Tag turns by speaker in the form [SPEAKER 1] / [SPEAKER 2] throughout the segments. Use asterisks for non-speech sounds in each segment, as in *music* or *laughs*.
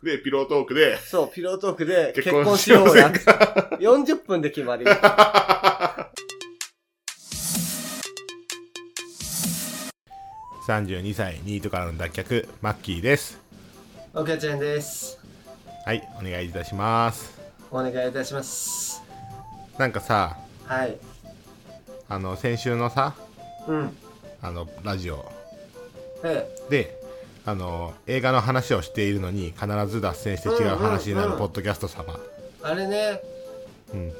[SPEAKER 1] クで、ピロートークで、
[SPEAKER 2] そう、ピロートークで結
[SPEAKER 1] 結
[SPEAKER 2] 婚
[SPEAKER 1] 婚
[SPEAKER 2] し
[SPEAKER 1] し
[SPEAKER 2] よ
[SPEAKER 1] よ
[SPEAKER 2] う
[SPEAKER 1] う
[SPEAKER 2] や
[SPEAKER 1] や。
[SPEAKER 2] 40分で決 *laughs* まり。
[SPEAKER 1] 32歳、ニートからの脱却、マッキーです。
[SPEAKER 2] おかちゃんです。
[SPEAKER 1] はい、お願いいたします。
[SPEAKER 2] お願いいたします。
[SPEAKER 1] なんかさ、
[SPEAKER 2] はい。
[SPEAKER 1] あの、先週のさ、
[SPEAKER 2] うん。
[SPEAKER 1] あの、ラジオ
[SPEAKER 2] え
[SPEAKER 1] で、あの、映画の話をしているのに、必ず脱線して違う話になるポッドキャスト様。
[SPEAKER 2] え、あれね、
[SPEAKER 1] うん。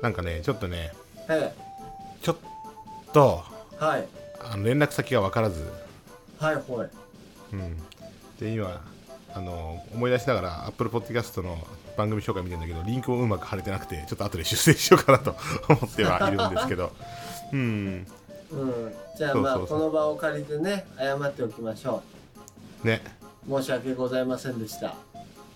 [SPEAKER 1] なんかね、ちょっとね、
[SPEAKER 2] え
[SPEAKER 1] ちょっと、
[SPEAKER 2] え、はい。
[SPEAKER 1] あの連絡先が分からず、
[SPEAKER 2] はい、ほい。
[SPEAKER 1] うん、で今あの思い出しながら Apple Podcast の番組紹介見てるんだけどリンクもうまく貼れてなくてちょっと後で修正しようかなと *laughs* 思ってはいるんですけどうん
[SPEAKER 2] うん。じゃあ
[SPEAKER 1] そうそうそう
[SPEAKER 2] まあ、この場を借りてね、謝っておきましょ
[SPEAKER 1] ね
[SPEAKER 2] う。申し訳ございませんでした。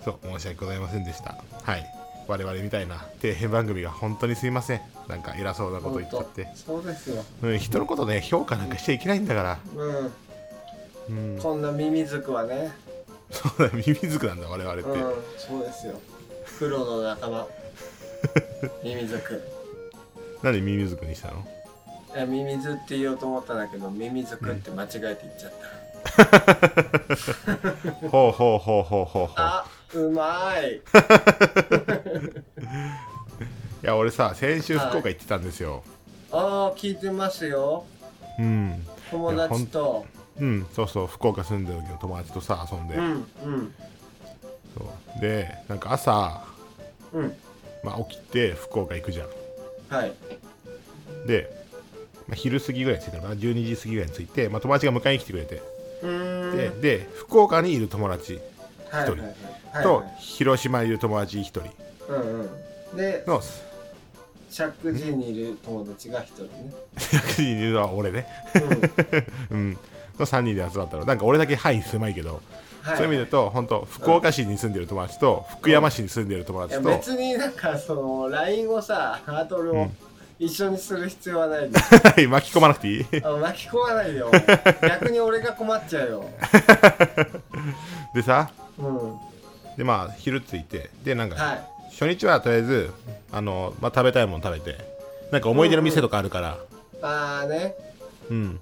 [SPEAKER 1] そう申し訳ございませんでしたはい我々みたいな底辺番組が本当にすいませんなんか偉そうなこと
[SPEAKER 2] 本
[SPEAKER 1] 言っちゃっ
[SPEAKER 2] 当
[SPEAKER 1] て。
[SPEAKER 2] そうですよ。
[SPEAKER 1] うん、人のことね評価なんかしちゃいけないんだから、
[SPEAKER 2] うん。
[SPEAKER 1] うん、
[SPEAKER 2] こんな耳づくはね。
[SPEAKER 1] そうだ耳づくなんだ我々って、
[SPEAKER 2] うん。そうですよ。黒の仲
[SPEAKER 1] *laughs*
[SPEAKER 2] 間。耳づく。
[SPEAKER 1] なんで耳づくにしたの
[SPEAKER 2] いやミミズって言おうと思ったんだけどミミズくんって間違えて言っちゃった、
[SPEAKER 1] ほうほうほうほうほうほう
[SPEAKER 2] あうまい
[SPEAKER 1] いや俺さ先週福
[SPEAKER 2] は
[SPEAKER 1] 岡行ってたんですよ、
[SPEAKER 2] あー聞いてますよ
[SPEAKER 1] うん
[SPEAKER 2] 友達と
[SPEAKER 1] うん、そうそう福岡住んでる時の友達とさ遊んで、
[SPEAKER 2] うんうん
[SPEAKER 1] そうでなんか朝、
[SPEAKER 2] うん
[SPEAKER 1] まあ、起きて福岡行くじゃん
[SPEAKER 2] はい
[SPEAKER 1] で、まあ、昼過ぎぐらいに着いたのかな12時過ぎぐらいに着いて、まあ、友達が迎えに来てくれて、
[SPEAKER 2] うーん
[SPEAKER 1] でで福岡にいる友達
[SPEAKER 2] はいはいはいはい
[SPEAKER 1] と、
[SPEAKER 2] はい
[SPEAKER 1] 広島にいる友達1人
[SPEAKER 2] うんうん
[SPEAKER 1] *laughs*
[SPEAKER 2] で
[SPEAKER 1] の
[SPEAKER 2] シャックジにいる友達が一人ね
[SPEAKER 1] 100人いるのは俺ね、うん、の3人で集まったのなんか俺だけ範囲狭いけど、
[SPEAKER 2] はい
[SPEAKER 1] そういう意味だと本当福岡市に住んでる友達と、福山市に住んでる友
[SPEAKER 2] いや
[SPEAKER 1] 達と、
[SPEAKER 2] 別になんかその LINE をさハートル
[SPEAKER 1] う
[SPEAKER 2] を
[SPEAKER 1] ん
[SPEAKER 2] 一緒にする必要はない
[SPEAKER 1] *laughs*
[SPEAKER 2] で
[SPEAKER 1] 巻き込まなくていい
[SPEAKER 2] あの巻き込まないでよ逆に俺が困っちゃうよ
[SPEAKER 1] でさ
[SPEAKER 2] うんは
[SPEAKER 1] でまあ昼着いてでなんか
[SPEAKER 2] い
[SPEAKER 1] 初日はとりあえずあの、まあ、食べたいもの食べてなんか思い出の店とかあるから
[SPEAKER 2] ああね
[SPEAKER 1] うん、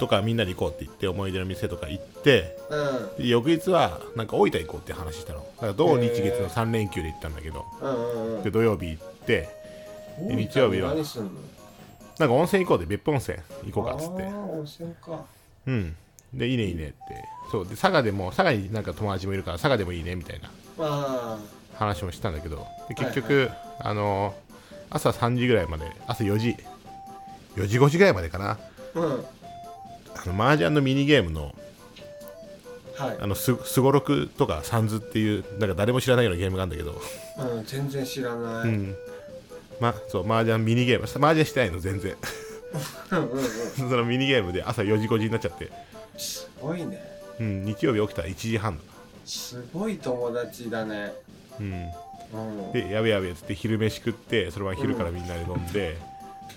[SPEAKER 1] とかみんなで行こうって言って思い出の店とか行って
[SPEAKER 2] うん
[SPEAKER 1] で翌日はなんか大分行こうって話したのだから土日月の3連休で行ったんだけど
[SPEAKER 2] うんうんうん
[SPEAKER 1] で土曜日行って
[SPEAKER 2] 大分に
[SPEAKER 1] 日曜日は
[SPEAKER 2] 何すんの
[SPEAKER 1] なんか温泉行こうで別府温泉行こうかっつっ
[SPEAKER 2] あ
[SPEAKER 1] て
[SPEAKER 2] ー温泉か
[SPEAKER 1] うんでいいねいいねってそうで佐賀でも佐賀になんか友達もいるから佐賀でもいいねみたいな
[SPEAKER 2] あ
[SPEAKER 1] 話もしたんだけどで
[SPEAKER 2] はいはい
[SPEAKER 1] 結局、あの朝3時ぐらいまで朝4時4時5時ぐらいまでかな
[SPEAKER 2] あうん
[SPEAKER 1] あの麻雀のミニゲームの
[SPEAKER 2] はい
[SPEAKER 1] あのすすごろくとかサンズっていうなんか誰も知らないようなゲームがあるんだけど、
[SPEAKER 2] うん全然知らな
[SPEAKER 1] う
[SPEAKER 2] い
[SPEAKER 1] んま、そう麻雀ミニゲーム麻雀してないの全然
[SPEAKER 2] うんうんうん
[SPEAKER 1] そのミニゲームで朝4時5時になっちゃって、
[SPEAKER 2] すごいね
[SPEAKER 1] うん、日曜日起きたら1時半とか、
[SPEAKER 2] すごい友達だね
[SPEAKER 1] うん、
[SPEAKER 2] うん
[SPEAKER 1] でやべやべっつって昼飯食ってそのまま昼からみんなで飲んで、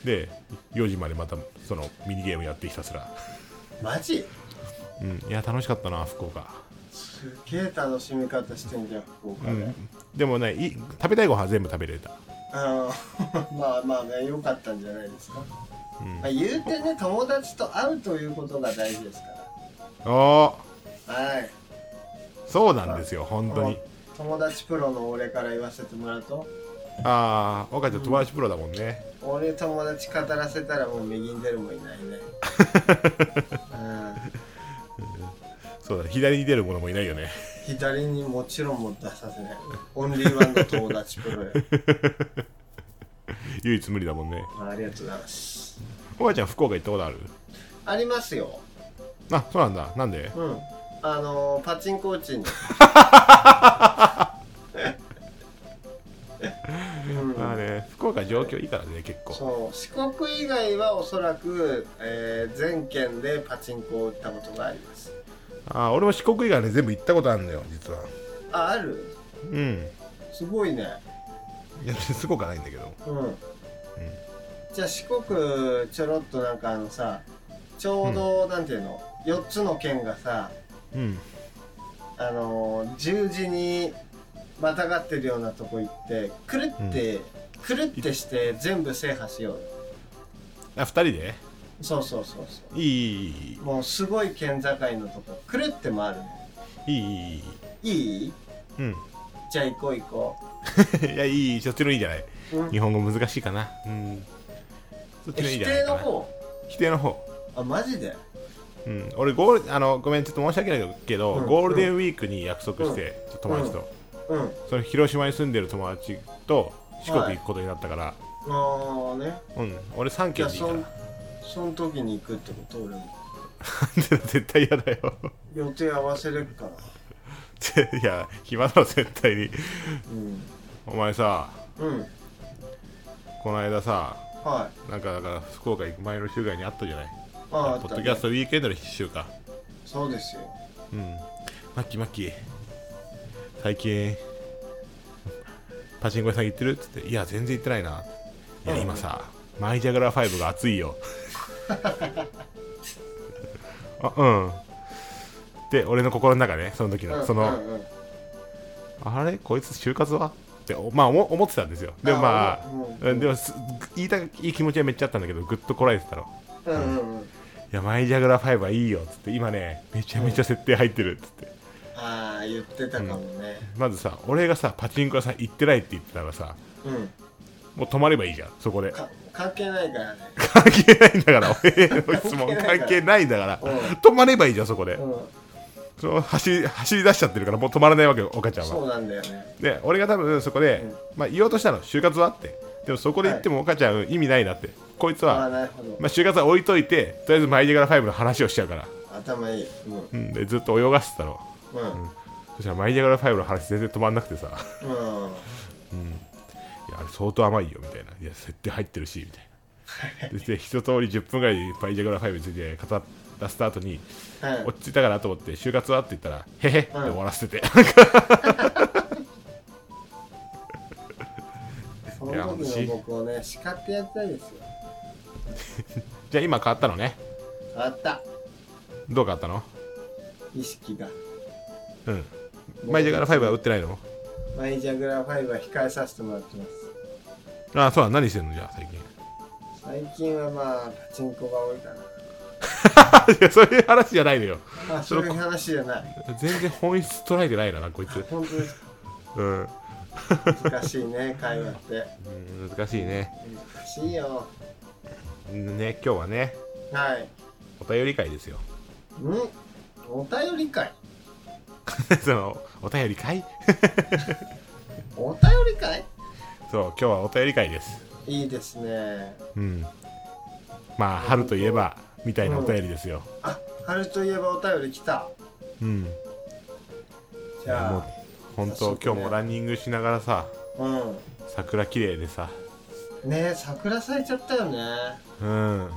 [SPEAKER 1] で4時までまたそのミニゲームやってひたすら
[SPEAKER 2] マジ
[SPEAKER 1] うん、いや楽しかったな福岡、
[SPEAKER 2] すげえ楽しみ方してんじゃん福岡で、うん、
[SPEAKER 1] でもねい食べたいご飯全部食べれた
[SPEAKER 2] あー *laughs* まあまあね良かったんじゃないですか、
[SPEAKER 1] うん
[SPEAKER 2] まあ、言うてね友達と会うということが大事ですか
[SPEAKER 1] あ
[SPEAKER 2] らはい
[SPEAKER 1] ーそうなんですよ本当に
[SPEAKER 2] 友達プロの俺から言わせてもらうと
[SPEAKER 1] ああ岡ちゃん友達プロだもんね、
[SPEAKER 2] 俺友達語らせたらもう右に出るもいないねうん
[SPEAKER 1] そうだ左に出る者もいないよね *laughs*
[SPEAKER 2] 左にもちろんも出させないオンリーワンの友達プロよ
[SPEAKER 1] 唯一無理だもんね
[SPEAKER 2] *laughs* あありがとうございます
[SPEAKER 1] 岡ちゃん福岡行ったことある
[SPEAKER 2] ありますよ
[SPEAKER 1] あそうなんだなんで
[SPEAKER 2] うんあのー、パチンコ打 *laughs* ちにうん
[SPEAKER 1] まあね福岡状況いいからね結構
[SPEAKER 2] そう四国以外はおそらく、えー全県でパチンコを打ったことがあります
[SPEAKER 1] あー俺も四国以外ね全部行ったことあるんだよ実は
[SPEAKER 2] あある
[SPEAKER 1] うん
[SPEAKER 2] すごいね
[SPEAKER 1] いやすごくはないんだけど
[SPEAKER 2] うん、じゃあ四国ちょろっとなんかあのさちょうどなんていうの、4つの県がさ
[SPEAKER 1] うん
[SPEAKER 2] あの十字にまたがってるようなとこ行ってくるって、くるってして全部制覇しようよ
[SPEAKER 1] あ2人で
[SPEAKER 2] そうそうそうそ
[SPEAKER 1] いいいいう
[SPEAKER 2] もうすごい県境のとこくるって回るね
[SPEAKER 1] いいいいいいいい
[SPEAKER 2] いい
[SPEAKER 1] うん *laughs*
[SPEAKER 2] じゃあ行こう行こ、
[SPEAKER 1] いやいいそっちのいいじゃないう
[SPEAKER 2] うん、
[SPEAKER 1] 日本語難しいかなうんそっち
[SPEAKER 2] え
[SPEAKER 1] のいいじ
[SPEAKER 2] 否
[SPEAKER 1] ゃな
[SPEAKER 2] 定
[SPEAKER 1] いか
[SPEAKER 2] の
[SPEAKER 1] な
[SPEAKER 2] 方
[SPEAKER 1] 否定の方
[SPEAKER 2] あマジで
[SPEAKER 1] うん、俺ゴールあのごめんちょっと申し訳ないけど、
[SPEAKER 2] うん
[SPEAKER 1] ゴールデンウィークに約束して、ちょっと友達と、
[SPEAKER 2] うん
[SPEAKER 1] その広島に住んでる友達と四国行くことになったから、
[SPEAKER 2] ああね
[SPEAKER 1] うん俺3
[SPEAKER 2] じ
[SPEAKER 1] 県
[SPEAKER 2] ゃあ
[SPEAKER 1] でいいから
[SPEAKER 2] そんその時に行くってこと俺も
[SPEAKER 1] *laughs* 絶対嫌だよ
[SPEAKER 2] 予定合わせれるから
[SPEAKER 1] いや暇だろ絶対に
[SPEAKER 2] うん
[SPEAKER 1] お前さ
[SPEAKER 2] うん
[SPEAKER 1] この間さ
[SPEAKER 2] はい
[SPEAKER 1] なんかだから福岡行く前の週間にあったじゃない
[SPEAKER 2] あああっ
[SPEAKER 1] ポッ
[SPEAKER 2] た、
[SPEAKER 1] ドキャ
[SPEAKER 2] ね
[SPEAKER 1] ス、トウィークエンドの必修か
[SPEAKER 2] そうですよ
[SPEAKER 1] うんマッキーマッキー最近パチンコ屋さん行ってるっつって「いや全然行ってないな」いや
[SPEAKER 2] うん
[SPEAKER 1] 今さマイジャグラー5が熱い
[SPEAKER 2] *laughs*
[SPEAKER 1] よ」あうんで俺の心の中ねその時
[SPEAKER 2] う
[SPEAKER 1] の
[SPEAKER 2] ん
[SPEAKER 1] その、
[SPEAKER 2] うんうん
[SPEAKER 1] あれこいつ就活はっておまあ思思ってたんですよでもまあ
[SPEAKER 2] あ思ううん
[SPEAKER 1] うんでもす言いたいい気持ちはめっちゃあったんだけどぐっとこらえてたろ
[SPEAKER 2] うんうんうん
[SPEAKER 1] いやマイジャグラー5はいいよっつって今ねめちゃめちゃ設定入ってるっつって、
[SPEAKER 2] ああ言ってたかもね
[SPEAKER 1] まずさ俺がさパチンコ屋さん行ってないって言ってたらさ
[SPEAKER 2] うん、
[SPEAKER 1] もう泊まればいいじゃんそこで
[SPEAKER 2] か関係ないからね
[SPEAKER 1] 関係ないんだから俺への質問関係ないんだから
[SPEAKER 2] うん
[SPEAKER 1] 泊まればいいじゃんそこで、
[SPEAKER 2] うん
[SPEAKER 1] その走り走り出しちゃってるからもう止まらないわけよ岡ちゃん
[SPEAKER 2] そ
[SPEAKER 1] は
[SPEAKER 2] うなんだよね
[SPEAKER 1] で俺が多分そこで、
[SPEAKER 2] うん
[SPEAKER 1] まあ、言おうとしたの就活はってでもそこで言っても岡ちゃん意味ないなってこいつ
[SPEAKER 2] ああ
[SPEAKER 1] は、
[SPEAKER 2] なるほど、
[SPEAKER 1] まあ、就活は置いといてとりあえずマイジェガラ5の話をしちゃうから、
[SPEAKER 2] 頭いいうんうん
[SPEAKER 1] うん、でずっと泳がせてたの
[SPEAKER 2] うん、
[SPEAKER 1] そしたらマイジェガラ5の話全然止まんなくてさいやあれ相当甘いよみたいないや設定入ってるしみたいなでで一通り10分ぐらいでパイジャグラ5について語らせた後に
[SPEAKER 2] はい
[SPEAKER 1] 落ち着いたかなと思って就活はって言ったら「へへ」って
[SPEAKER 2] うん
[SPEAKER 1] 終わらせてて *laughs*
[SPEAKER 2] その時の僕をね叱ってやりたいですよ
[SPEAKER 1] じゃあ今変わったのね
[SPEAKER 2] あった
[SPEAKER 1] どう変わったの
[SPEAKER 2] 意識が
[SPEAKER 1] うんマイジャグラ5は打ってないの
[SPEAKER 2] マイジャグラー5は控えさせてもらってます
[SPEAKER 1] ああそうなの何してんのじゃあ最近
[SPEAKER 2] 最近はまあパチンコが多いか
[SPEAKER 1] *laughs* いやそういう話じゃないのよ
[SPEAKER 2] なあそういう話じゃない
[SPEAKER 1] 全然本質捉えてないなこいつ
[SPEAKER 2] 本当です
[SPEAKER 1] うん、
[SPEAKER 2] 難しい
[SPEAKER 1] *laughs*
[SPEAKER 2] ね会話って
[SPEAKER 1] うん、難しいね
[SPEAKER 2] 難しいよ
[SPEAKER 1] ね今日はね
[SPEAKER 2] はい
[SPEAKER 1] お便り会ですよ *laughs*
[SPEAKER 2] うんお便り会
[SPEAKER 1] そのお便り会
[SPEAKER 2] お便り会
[SPEAKER 1] そう今日はお便り会です
[SPEAKER 2] いいですね
[SPEAKER 1] うん、まあ春といえばみたいなお便りですよ。
[SPEAKER 2] あ春といえばお便り来た
[SPEAKER 1] うん、
[SPEAKER 2] じゃ
[SPEAKER 1] もう
[SPEAKER 2] あ
[SPEAKER 1] 本
[SPEAKER 2] 早
[SPEAKER 1] 当、
[SPEAKER 2] 速ね
[SPEAKER 1] 今日もランニングしながらさ
[SPEAKER 2] うん
[SPEAKER 1] 桜綺麗でさ、
[SPEAKER 2] ねえ桜咲いちゃったよね、
[SPEAKER 1] うん、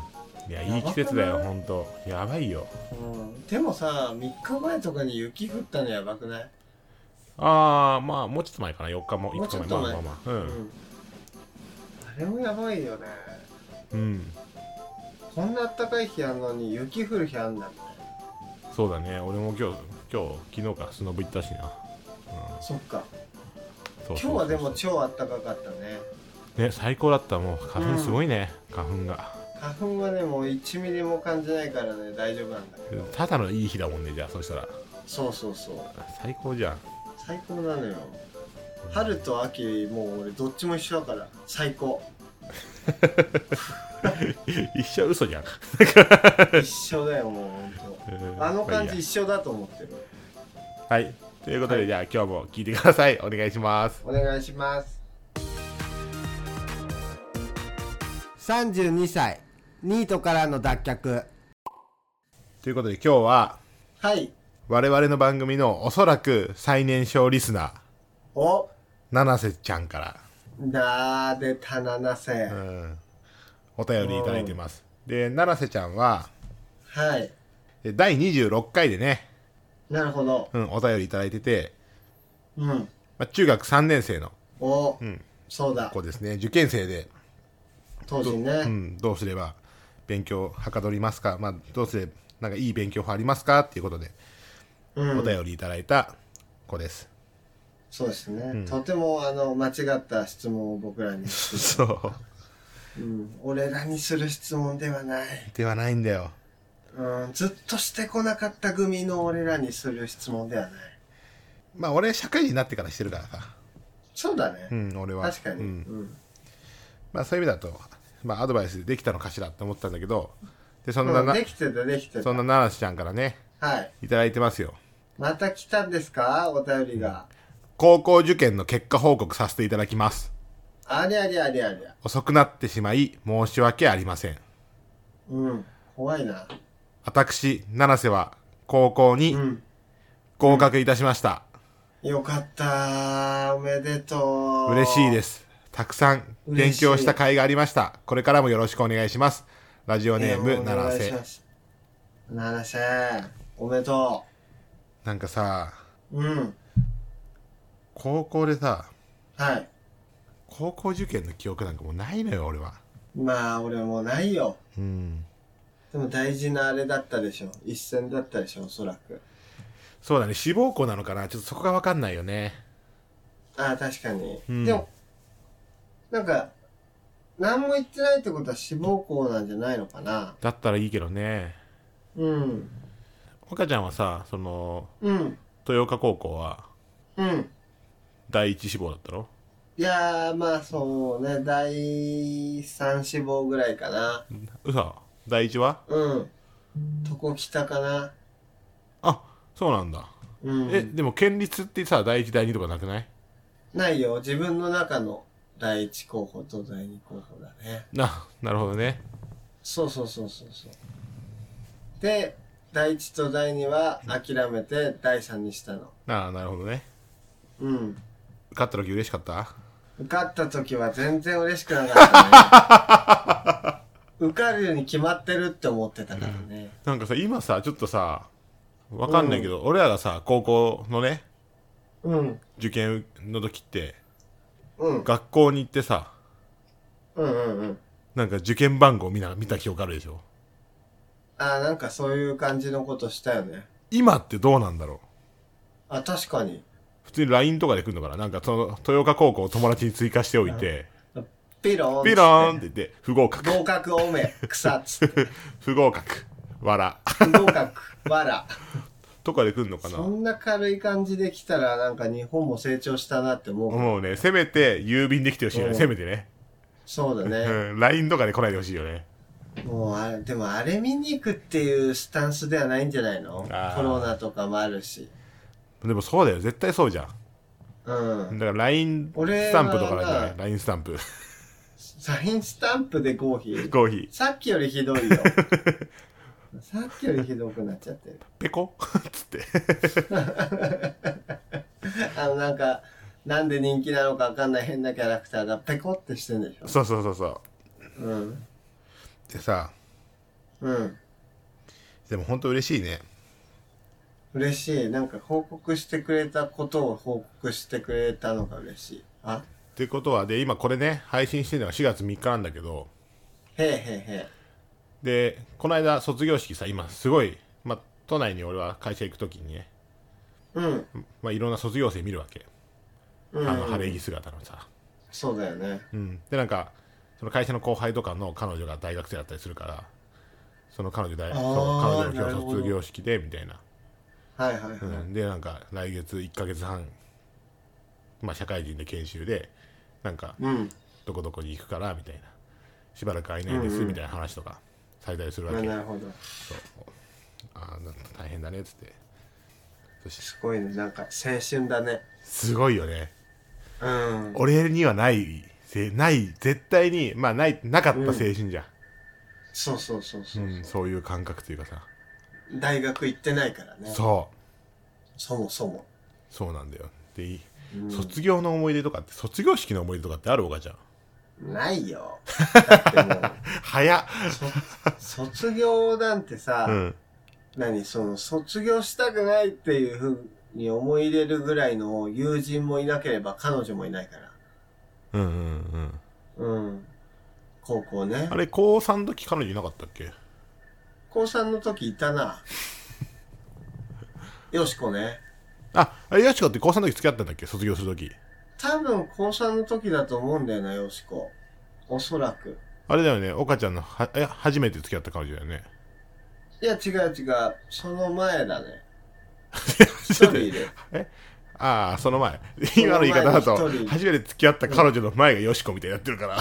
[SPEAKER 1] いやいい季節だ
[SPEAKER 2] やば
[SPEAKER 1] よ
[SPEAKER 2] くな
[SPEAKER 1] 本当やばいよ。
[SPEAKER 2] うん、でもさ3日前とかに雪降ったのやばくない、
[SPEAKER 1] ああまあもうちょっと前かな4日も
[SPEAKER 2] もう
[SPEAKER 1] 5
[SPEAKER 2] ち
[SPEAKER 1] 日
[SPEAKER 2] ょっ
[SPEAKER 1] 前
[SPEAKER 2] と
[SPEAKER 1] まあま
[SPEAKER 2] 前
[SPEAKER 1] あまあう、
[SPEAKER 2] うんん、あれもやばいよね
[SPEAKER 1] うん、
[SPEAKER 2] こんな暖かい日あんのに雪降る日あんだみたいな
[SPEAKER 1] そうだね俺も今日今日昨日かスノボ行ったしな。
[SPEAKER 2] そっか
[SPEAKER 1] そうそうそう
[SPEAKER 2] 今日はでも超暖かかったね
[SPEAKER 1] ね最高だったもう花粉すごいね、花粉が
[SPEAKER 2] 花粉はねもう1ミリも感じないからね大丈夫なんだけど
[SPEAKER 1] ただのいい日だもんねじゃあそしたら
[SPEAKER 2] そうそうそう
[SPEAKER 1] 最高じゃん *laughs*
[SPEAKER 2] 最高なのよ春と秋もう俺どっちも一緒だから最
[SPEAKER 1] *laughs*
[SPEAKER 2] 高
[SPEAKER 1] 一生嘘じゃん
[SPEAKER 2] 一緒だよもうほんとあの感
[SPEAKER 1] まいいや
[SPEAKER 2] じ一緒だと思ってる
[SPEAKER 1] はい。ということで、
[SPEAKER 2] はい
[SPEAKER 1] じゃあ今日も聞いてください。お願いします。
[SPEAKER 2] お願いします32歳ニートからの脱却
[SPEAKER 1] ということで今日は、
[SPEAKER 2] はい
[SPEAKER 1] 我々の番組のおそらく最年少リスナー、
[SPEAKER 2] お
[SPEAKER 1] 七瀬ちゃんか
[SPEAKER 2] なーでたななせ、
[SPEAKER 1] ら、うん、お便りいただいてます。で、七瀬ちゃんは、
[SPEAKER 2] はい
[SPEAKER 1] え第26回でね、
[SPEAKER 2] なるほど
[SPEAKER 1] うん、お便りいただいてて、
[SPEAKER 2] うん
[SPEAKER 1] まあ、中学3年生の
[SPEAKER 2] お、
[SPEAKER 1] ん
[SPEAKER 2] そうだ
[SPEAKER 1] 子ですね、受験生で、
[SPEAKER 2] 当時ね、
[SPEAKER 1] うん、どうすれば勉強はかどりますか、まあ、どうすればなんかいい勉強法ありますかっていうことで
[SPEAKER 2] うん
[SPEAKER 1] お便りいただいた子です、
[SPEAKER 2] そうですね、
[SPEAKER 1] うん
[SPEAKER 2] とてもあの間違った質問を僕
[SPEAKER 1] *laughs*
[SPEAKER 2] らに、
[SPEAKER 1] そう
[SPEAKER 2] うん、俺らにする質問ではない、
[SPEAKER 1] ではないんだよ
[SPEAKER 2] うん、ずっとしてこなかった組の俺らにする質問ではない
[SPEAKER 1] まあ俺社会人になってからしてるからさ
[SPEAKER 2] そうだね、
[SPEAKER 1] うん俺は
[SPEAKER 2] 確かに、
[SPEAKER 1] う
[SPEAKER 2] うんん
[SPEAKER 1] まあ、そういう意味だと、まあ、アドバイスできたのかしらと思ったんだけどでそん
[SPEAKER 2] う
[SPEAKER 1] なんな、
[SPEAKER 2] できてたできて
[SPEAKER 1] そん
[SPEAKER 2] た
[SPEAKER 1] な奈良ちゃんからね
[SPEAKER 2] はい
[SPEAKER 1] いただいてますよ
[SPEAKER 2] また来たんですかお便りが、
[SPEAKER 1] 高校受験の結果報告させていただきます
[SPEAKER 2] ありゃりゃりゃりゃ
[SPEAKER 1] 遅くなってしまい申し訳ありません
[SPEAKER 2] うん怖いな
[SPEAKER 1] 私七瀬は高校に
[SPEAKER 2] うん
[SPEAKER 1] 合格いたしました、
[SPEAKER 2] よかったおめでとう
[SPEAKER 1] 嬉しい
[SPEAKER 2] す
[SPEAKER 1] ですたくさん勉強した甲斐がありましたこれからもよろしくお願いしますラジオネーム七瀬、
[SPEAKER 2] 七瀬おめでと
[SPEAKER 1] なんかさ
[SPEAKER 2] ううん
[SPEAKER 1] 高校でさ
[SPEAKER 2] はい
[SPEAKER 1] 高校受験の記憶なんかもうないのよ俺は
[SPEAKER 2] まあ俺もうないよ
[SPEAKER 1] うん
[SPEAKER 2] でも大事なあれだったでしょ一戦だったでしょおそらく
[SPEAKER 1] そうだね志望校なのかなちょっとそこが分かんないよね
[SPEAKER 2] ああ確かに、
[SPEAKER 1] うん
[SPEAKER 2] でもなんか何も言ってないってことは志望校なんじゃないのかな
[SPEAKER 1] だったらいいけどね
[SPEAKER 2] うん
[SPEAKER 1] 岡ちゃんはさその
[SPEAKER 2] うん
[SPEAKER 1] 豊岡高校は
[SPEAKER 2] うん
[SPEAKER 1] 第一志望だったろ
[SPEAKER 2] いやーまあそうね第三志望ぐらいかな
[SPEAKER 1] うさ第一は
[SPEAKER 2] うんとこ来たかな
[SPEAKER 1] あそうなんだ、
[SPEAKER 2] うん
[SPEAKER 1] えでも県立ってさ第一第二とかなくない
[SPEAKER 2] ないよ。自分の中の第一候補と第二候補だね。
[SPEAKER 1] ななるほどね
[SPEAKER 2] そうそうそうそうそう。で、第一と第二は諦めて第三にしたの。
[SPEAKER 1] ああなるほどね
[SPEAKER 2] うん。
[SPEAKER 1] 受かった時嬉しかった
[SPEAKER 2] 受かった時は全然嬉しくなかったね。受かるに決まってるって思ってたからね。
[SPEAKER 1] なんかさ今さちょっとさわかんないけど、俺らがさ高校のね
[SPEAKER 2] うん。
[SPEAKER 1] 受験の時って
[SPEAKER 2] うん。
[SPEAKER 1] 学校に行ってさ
[SPEAKER 2] うんうんうん。
[SPEAKER 1] なんか受験番号見な見た記憶あるでしょ
[SPEAKER 2] ああ、なんかそういう感じのことしたよね。
[SPEAKER 1] 今ってどうなんだろう
[SPEAKER 2] あ、確かに。
[SPEAKER 1] 普通に LINE とかで来るのかななんかその豊岡高校を友達に追加しておいて
[SPEAKER 2] ピローンっつって。
[SPEAKER 1] ピローンって言って不合格 *laughs*
[SPEAKER 2] 合格おめ、草っつって。
[SPEAKER 1] 不合格笑
[SPEAKER 2] 不合格、わら。
[SPEAKER 1] とかで来るのかな
[SPEAKER 2] そんな軽い感じで来たらなんか日本も成長したなって思う、
[SPEAKER 1] もうねせめて郵便できてほしいよ
[SPEAKER 2] うん
[SPEAKER 1] ねせめてね、
[SPEAKER 2] そうだ
[SPEAKER 1] う
[SPEAKER 2] ね、
[SPEAKER 1] ん、LINE とかで来ないでほしいよね
[SPEAKER 2] もうあれでもあれ見に行くっていうスタンスではないんじゃないの
[SPEAKER 1] あー
[SPEAKER 2] コロナとかもあるし
[SPEAKER 1] でもそうだよ絶対そうじゃん
[SPEAKER 2] うん
[SPEAKER 1] だから LINE
[SPEAKER 2] 俺は
[SPEAKER 1] スタンプとかじゃな
[SPEAKER 2] ない
[SPEAKER 1] LINE スタンプ *laughs*
[SPEAKER 2] サインスタンプで合否
[SPEAKER 1] コーヒー
[SPEAKER 2] さっきよりひどいよ *laughs* さっきよりひどくなっちゃってる
[SPEAKER 1] ペコ *laughs* っつって
[SPEAKER 2] あのなんかなんで人気なのかわかんない変なキャラクターがペコってしてんでしょ
[SPEAKER 1] そうそうそうそう
[SPEAKER 2] うん
[SPEAKER 1] でさ
[SPEAKER 2] うん
[SPEAKER 1] でも本当嬉しいね
[SPEAKER 2] 嬉しいなんか報告してくれたことを報告してくれたのが嬉しいあ
[SPEAKER 1] ってことはで今これね配信してるのが4月3日なんだけど
[SPEAKER 2] へえへ
[SPEAKER 1] でこの間卒業式さ今すごい、まあ、都内に俺は会社行く時にね、
[SPEAKER 2] えへえうん
[SPEAKER 1] まあ、いろんな卒業生見るわけ、
[SPEAKER 2] うん
[SPEAKER 1] あの晴れ着姿のさ、
[SPEAKER 2] そうだよね
[SPEAKER 1] うん、でなんかその会社の後輩とかの彼女が大学生だったりするからその彼女大
[SPEAKER 2] あー
[SPEAKER 1] そう彼女
[SPEAKER 2] なる
[SPEAKER 1] の
[SPEAKER 2] ほ
[SPEAKER 1] 今
[SPEAKER 2] ど
[SPEAKER 1] 日卒業式でみたいな、
[SPEAKER 2] はいはいはい、
[SPEAKER 1] うん、でなんか来月1ヶ月半、まあ、社会人で研修でなんか
[SPEAKER 2] うん
[SPEAKER 1] どこどこに行くからみたいなしばらく会えないですみたいな話とかされたりするわ
[SPEAKER 2] な
[SPEAKER 1] け、
[SPEAKER 2] なるほど
[SPEAKER 1] そうああなんか大変だねっつってそし
[SPEAKER 2] すごいねなんか青春だね
[SPEAKER 1] すごいよね
[SPEAKER 2] うん
[SPEAKER 1] 俺にはないせない絶対にまあないなかった青春じゃん、
[SPEAKER 2] そうそうそうそうう、
[SPEAKER 1] んそういう感覚というかさ
[SPEAKER 2] 大学行ってないからねそ
[SPEAKER 1] そう
[SPEAKER 2] もそも
[SPEAKER 1] そうなんだよでい
[SPEAKER 2] うん
[SPEAKER 1] 卒業の思い出とかって卒業式の思い出とかってあるおかちゃん
[SPEAKER 2] ないよだっても
[SPEAKER 1] 早っ
[SPEAKER 2] うそ卒業なんてさ、
[SPEAKER 1] うん
[SPEAKER 2] 何その卒業したくないっていうふうに思い入れるぐらいの友人もいなければ彼女もいないから
[SPEAKER 1] うんうんうん
[SPEAKER 2] うん高校ね
[SPEAKER 1] あれ高3の時彼女いなかったっけ *laughs*
[SPEAKER 2] 高3の時いたなよしこね
[SPEAKER 1] ああれよしこって高3の時付き合ったんだっけ卒業する時
[SPEAKER 2] 多分高3の時だと思うんだよなよしこおそらく
[SPEAKER 1] あれだよね岡ちゃんのはえ初めて付き合った彼女だよね
[SPEAKER 2] いや違う違うその前だね
[SPEAKER 1] *laughs*
[SPEAKER 2] 一
[SPEAKER 1] ちょっと
[SPEAKER 2] 人で
[SPEAKER 1] ああその前今の言い方だと
[SPEAKER 2] その前の一人
[SPEAKER 1] 初めて付き合った彼女の前がよしこみたいになってるから *laughs*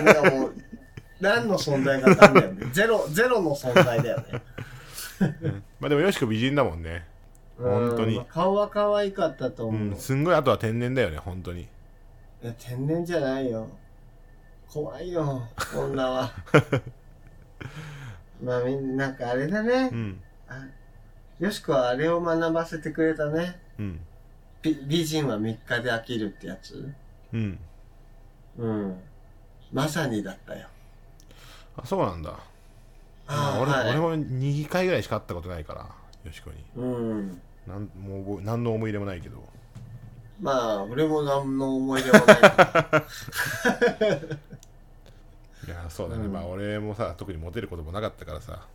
[SPEAKER 2] なんかもう何の存在かなんだよ
[SPEAKER 1] *laughs*
[SPEAKER 2] ねゼロゼロの存在だよね
[SPEAKER 1] まあでもよしこ美人だもんね
[SPEAKER 2] うん
[SPEAKER 1] *laughs* 本当に
[SPEAKER 2] まあ顔は可愛かったと
[SPEAKER 1] う
[SPEAKER 2] 思う、
[SPEAKER 1] んすんごいあとは天然だよね本当に
[SPEAKER 2] いや天然じゃないよ怖いよ
[SPEAKER 1] *laughs*
[SPEAKER 2] 女はまあみんななんかあれだね、
[SPEAKER 1] うん
[SPEAKER 2] あよしこはあれを学ばせてくれたね
[SPEAKER 1] うん
[SPEAKER 2] び美人は3日で飽きるってやつ
[SPEAKER 1] うん
[SPEAKER 2] うんまさにだったよ
[SPEAKER 1] あそうなんだまあ
[SPEAKER 2] あ
[SPEAKER 1] 俺,、
[SPEAKER 2] あ
[SPEAKER 1] 俺
[SPEAKER 2] はい
[SPEAKER 1] も2回ぐらいしか会ったことないからよしこに
[SPEAKER 2] うん
[SPEAKER 1] なんもう覚え何の思い入れもないけど
[SPEAKER 2] まあ俺も何の思い出もない
[SPEAKER 1] *laughs*
[SPEAKER 2] から
[SPEAKER 1] いやそうだね、
[SPEAKER 2] うん
[SPEAKER 1] まあ俺もさ特にモテることもなかったからさ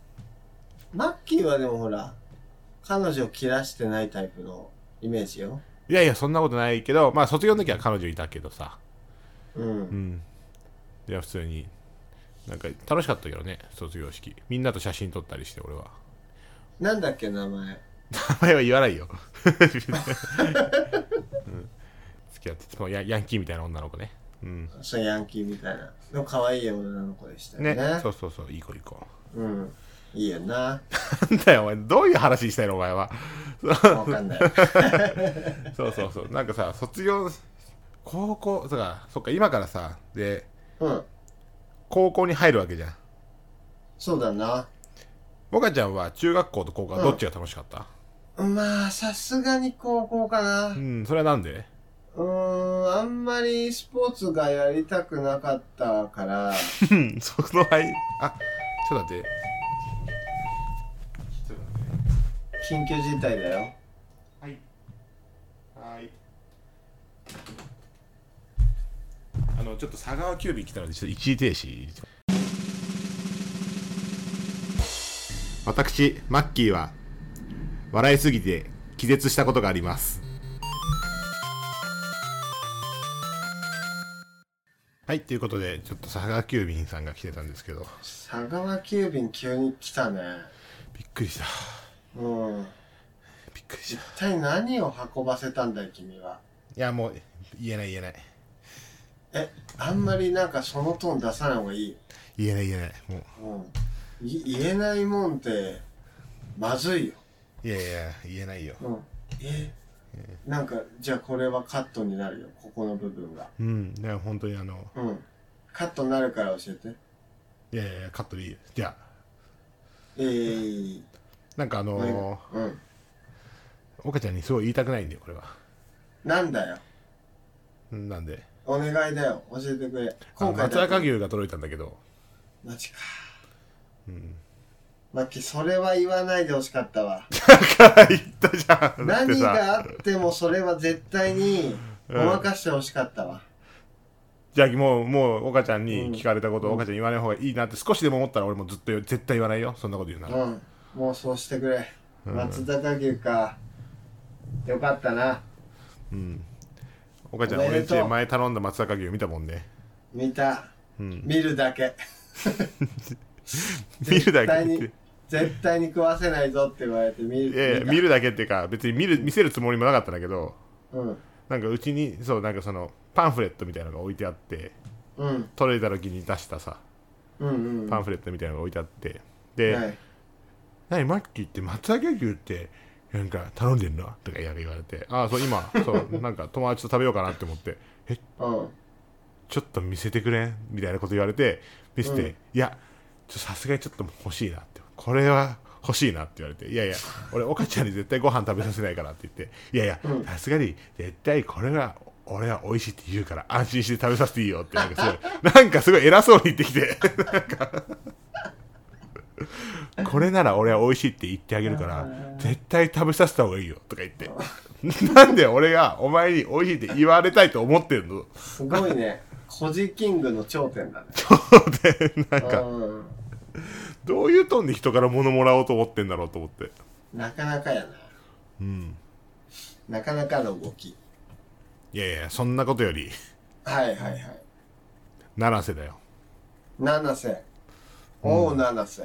[SPEAKER 2] マッキーはでもほら彼女を切らしてないタイプのイメージよ
[SPEAKER 1] いやいやそんなことないけどまあ卒業の時は彼女いたけどさ
[SPEAKER 2] う
[SPEAKER 1] うんんいや普通になんか楽しかったけどね卒業式みんなと写真撮ったりして俺は *laughs*
[SPEAKER 2] なんだっけ名前
[SPEAKER 1] 名前は言わないよ、 *laughs* うん付き合ってそのヤヤンキーみたいな女の子ねうん
[SPEAKER 2] そうヤンキーみたいなの可愛い女の子でしたよね
[SPEAKER 1] ねそうそうそういい子いい子
[SPEAKER 2] うんいいよ
[SPEAKER 1] *laughs*
[SPEAKER 2] な
[SPEAKER 1] なんだよお前どういう話したいのお前 *laughs* は
[SPEAKER 2] わかんない
[SPEAKER 1] そうそうそうなんかさ卒業高校そうかそっか今からさで
[SPEAKER 2] うん
[SPEAKER 1] 高校に入るわけじゃん
[SPEAKER 2] そうだな
[SPEAKER 1] モカちゃんは中学校と高校はどっちが楽しかった
[SPEAKER 2] まあさすがに高校かな
[SPEAKER 1] うん、それはなんで
[SPEAKER 2] うーんあんまりスポーツがやりたくなかったか
[SPEAKER 1] う
[SPEAKER 2] ら
[SPEAKER 1] んそのはいあちょっと待って
[SPEAKER 2] 緊急事態だよ
[SPEAKER 1] はいはいあのちょっと佐川急便来たのでちょっと一時停止私マッキーは笑いすぎて気絶したことがありますはいということでちょっと佐川急便さんが来てたんですけど
[SPEAKER 2] 佐川急便急に来たね
[SPEAKER 1] びっくりした
[SPEAKER 2] うん
[SPEAKER 1] びっくりした
[SPEAKER 2] 一体何を運ばせたんだい君はい
[SPEAKER 1] やもう言えない言えない
[SPEAKER 2] えあんまりなんかそのトーン出さない方がいい、
[SPEAKER 1] 言えない言えないもう
[SPEAKER 2] うん、い言えないもんってまずいよ、
[SPEAKER 1] いやいや言えないよ
[SPEAKER 2] うん、えなんかじゃあこれはカットになるよここの部分が
[SPEAKER 1] うんだから本当にあの
[SPEAKER 2] うんカットになるから教えて
[SPEAKER 1] いやいやカットでいいよじゃあ
[SPEAKER 2] えー、
[SPEAKER 1] なんかあのー
[SPEAKER 2] うん
[SPEAKER 1] 岡ちゃんにすごい言いたくないんだよこれは
[SPEAKER 2] なんだよ
[SPEAKER 1] うんなんで
[SPEAKER 2] お願いだよ教えてくれ
[SPEAKER 1] あの
[SPEAKER 2] 今回
[SPEAKER 1] 松
[SPEAKER 2] だ
[SPEAKER 1] 坂
[SPEAKER 2] け
[SPEAKER 1] 牛が届いたんだけど
[SPEAKER 2] マジか
[SPEAKER 1] うん
[SPEAKER 2] マッキーそれは言わないでほしかったわ
[SPEAKER 1] だから言ったじゃんだって
[SPEAKER 2] 何
[SPEAKER 1] さ
[SPEAKER 2] があってもそれは絶対にごまかしてほしかったわ、
[SPEAKER 1] じゃあもうもう岡ちゃんに聞かれたことを岡ちゃんに言わない方がいいなって少しでも思ったら俺もずっと絶対言わないよそんなこと言うな
[SPEAKER 2] う
[SPEAKER 1] ら
[SPEAKER 2] ん、もうそうしてくれ、松坂牛かよかったな
[SPEAKER 1] うん岡ちゃん
[SPEAKER 2] おめ
[SPEAKER 1] 俺
[SPEAKER 2] で
[SPEAKER 1] ん
[SPEAKER 2] と
[SPEAKER 1] ち
[SPEAKER 2] う
[SPEAKER 1] 前頼んだ松坂牛見たもんね
[SPEAKER 2] 見た、
[SPEAKER 1] うん
[SPEAKER 2] 見るだけ
[SPEAKER 1] 見るだ
[SPEAKER 2] 絶
[SPEAKER 1] け
[SPEAKER 2] 対
[SPEAKER 1] っ
[SPEAKER 2] に
[SPEAKER 1] て
[SPEAKER 2] 絶対に食わせないぞって言われて見る
[SPEAKER 1] いやいや見るだけっていうか別に見る見せるつもりもなかったんだけど
[SPEAKER 2] うん
[SPEAKER 1] なんかうちにそうなんかそのパンフレットみたいなのが置いてあって
[SPEAKER 2] うん
[SPEAKER 1] 取れた時に出したさ
[SPEAKER 2] うんうん
[SPEAKER 1] パンフレットみたいなのが置いてあってで、
[SPEAKER 2] はい
[SPEAKER 1] 何マッキーって松茸牛ってなんか頼んでんのとかなんか言われてああそう今そうなんか友達と食べようかなって思ってえ
[SPEAKER 2] うん
[SPEAKER 1] ちょっと見せてくれんみたいなこと言われて見せて、
[SPEAKER 2] うん
[SPEAKER 1] いやちょさすがにちょっともう欲しいなってこれは欲しいなって言われていやいや俺岡ちゃんに絶対ご飯食べさせないからって言っていやいや
[SPEAKER 2] うん
[SPEAKER 1] さすがに絶対これは俺は美味しいって言うから安心して食べさせていいよってなんかすごい *laughs* なんかすごい偉そうに言ってきて *laughs* なんかこれなら俺は美味しいって言ってあげるから絶対食べさせた方がいいよとか言ってなんで俺がお前に美味しいって言われたいと思ってんの
[SPEAKER 2] すごいね「コジキング」の頂点だね
[SPEAKER 1] でなんか
[SPEAKER 2] うん
[SPEAKER 1] どういうトーンで人から物もらおうと思ってんだろうと思って
[SPEAKER 2] なかなかや
[SPEAKER 1] うん
[SPEAKER 2] なかなかの動き
[SPEAKER 1] いやいやそんなことより
[SPEAKER 2] はいはいはい
[SPEAKER 1] 七瀬だよ
[SPEAKER 2] 七瀬おう七瀬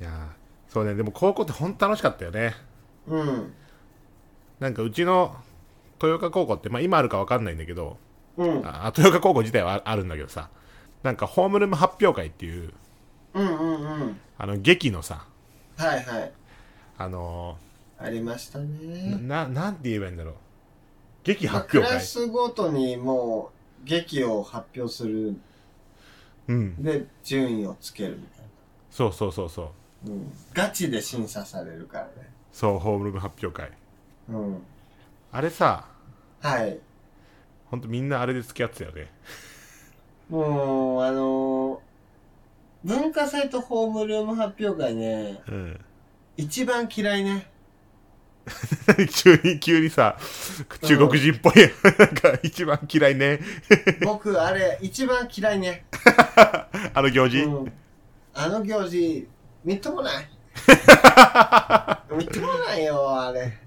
[SPEAKER 1] いやーそうねでも高校ってほんと楽しかったよね
[SPEAKER 2] うん
[SPEAKER 1] なんかうちの豊岡高校って、まあ、今あるかわかんないんだけど
[SPEAKER 2] うん
[SPEAKER 1] あ豊岡高校自体はああるんだけどさなんかホームルーム発表会っていう
[SPEAKER 2] うんうんうん
[SPEAKER 1] あの劇のさ
[SPEAKER 2] はいはい
[SPEAKER 1] あの
[SPEAKER 2] ありました
[SPEAKER 1] ー
[SPEAKER 2] ね
[SPEAKER 1] ななんて言えばいいんだろう劇
[SPEAKER 2] まあ
[SPEAKER 1] 発
[SPEAKER 2] ク
[SPEAKER 1] 表
[SPEAKER 2] ラ
[SPEAKER 1] 会
[SPEAKER 2] スごとにもう劇を発表する
[SPEAKER 1] うん
[SPEAKER 2] で順位をつけるみたい
[SPEAKER 1] そうそうそうそう
[SPEAKER 2] な、うん、ガチで審査されるからね
[SPEAKER 1] そうホームルーム発表会
[SPEAKER 2] うん
[SPEAKER 1] あれさ
[SPEAKER 2] はい
[SPEAKER 1] ほんとみんなあれで付き合ってたよね
[SPEAKER 2] もうあのー文化祭とホームルーム発表会ね
[SPEAKER 1] うん
[SPEAKER 2] 一番嫌いね
[SPEAKER 1] *laughs* 急に急にさ中国人っぽいなんか一番嫌いね
[SPEAKER 2] 僕あれ一番嫌いね、
[SPEAKER 1] あの行事、
[SPEAKER 2] うん、あの行事みっともない
[SPEAKER 1] *laughs*
[SPEAKER 2] みっともないよあれ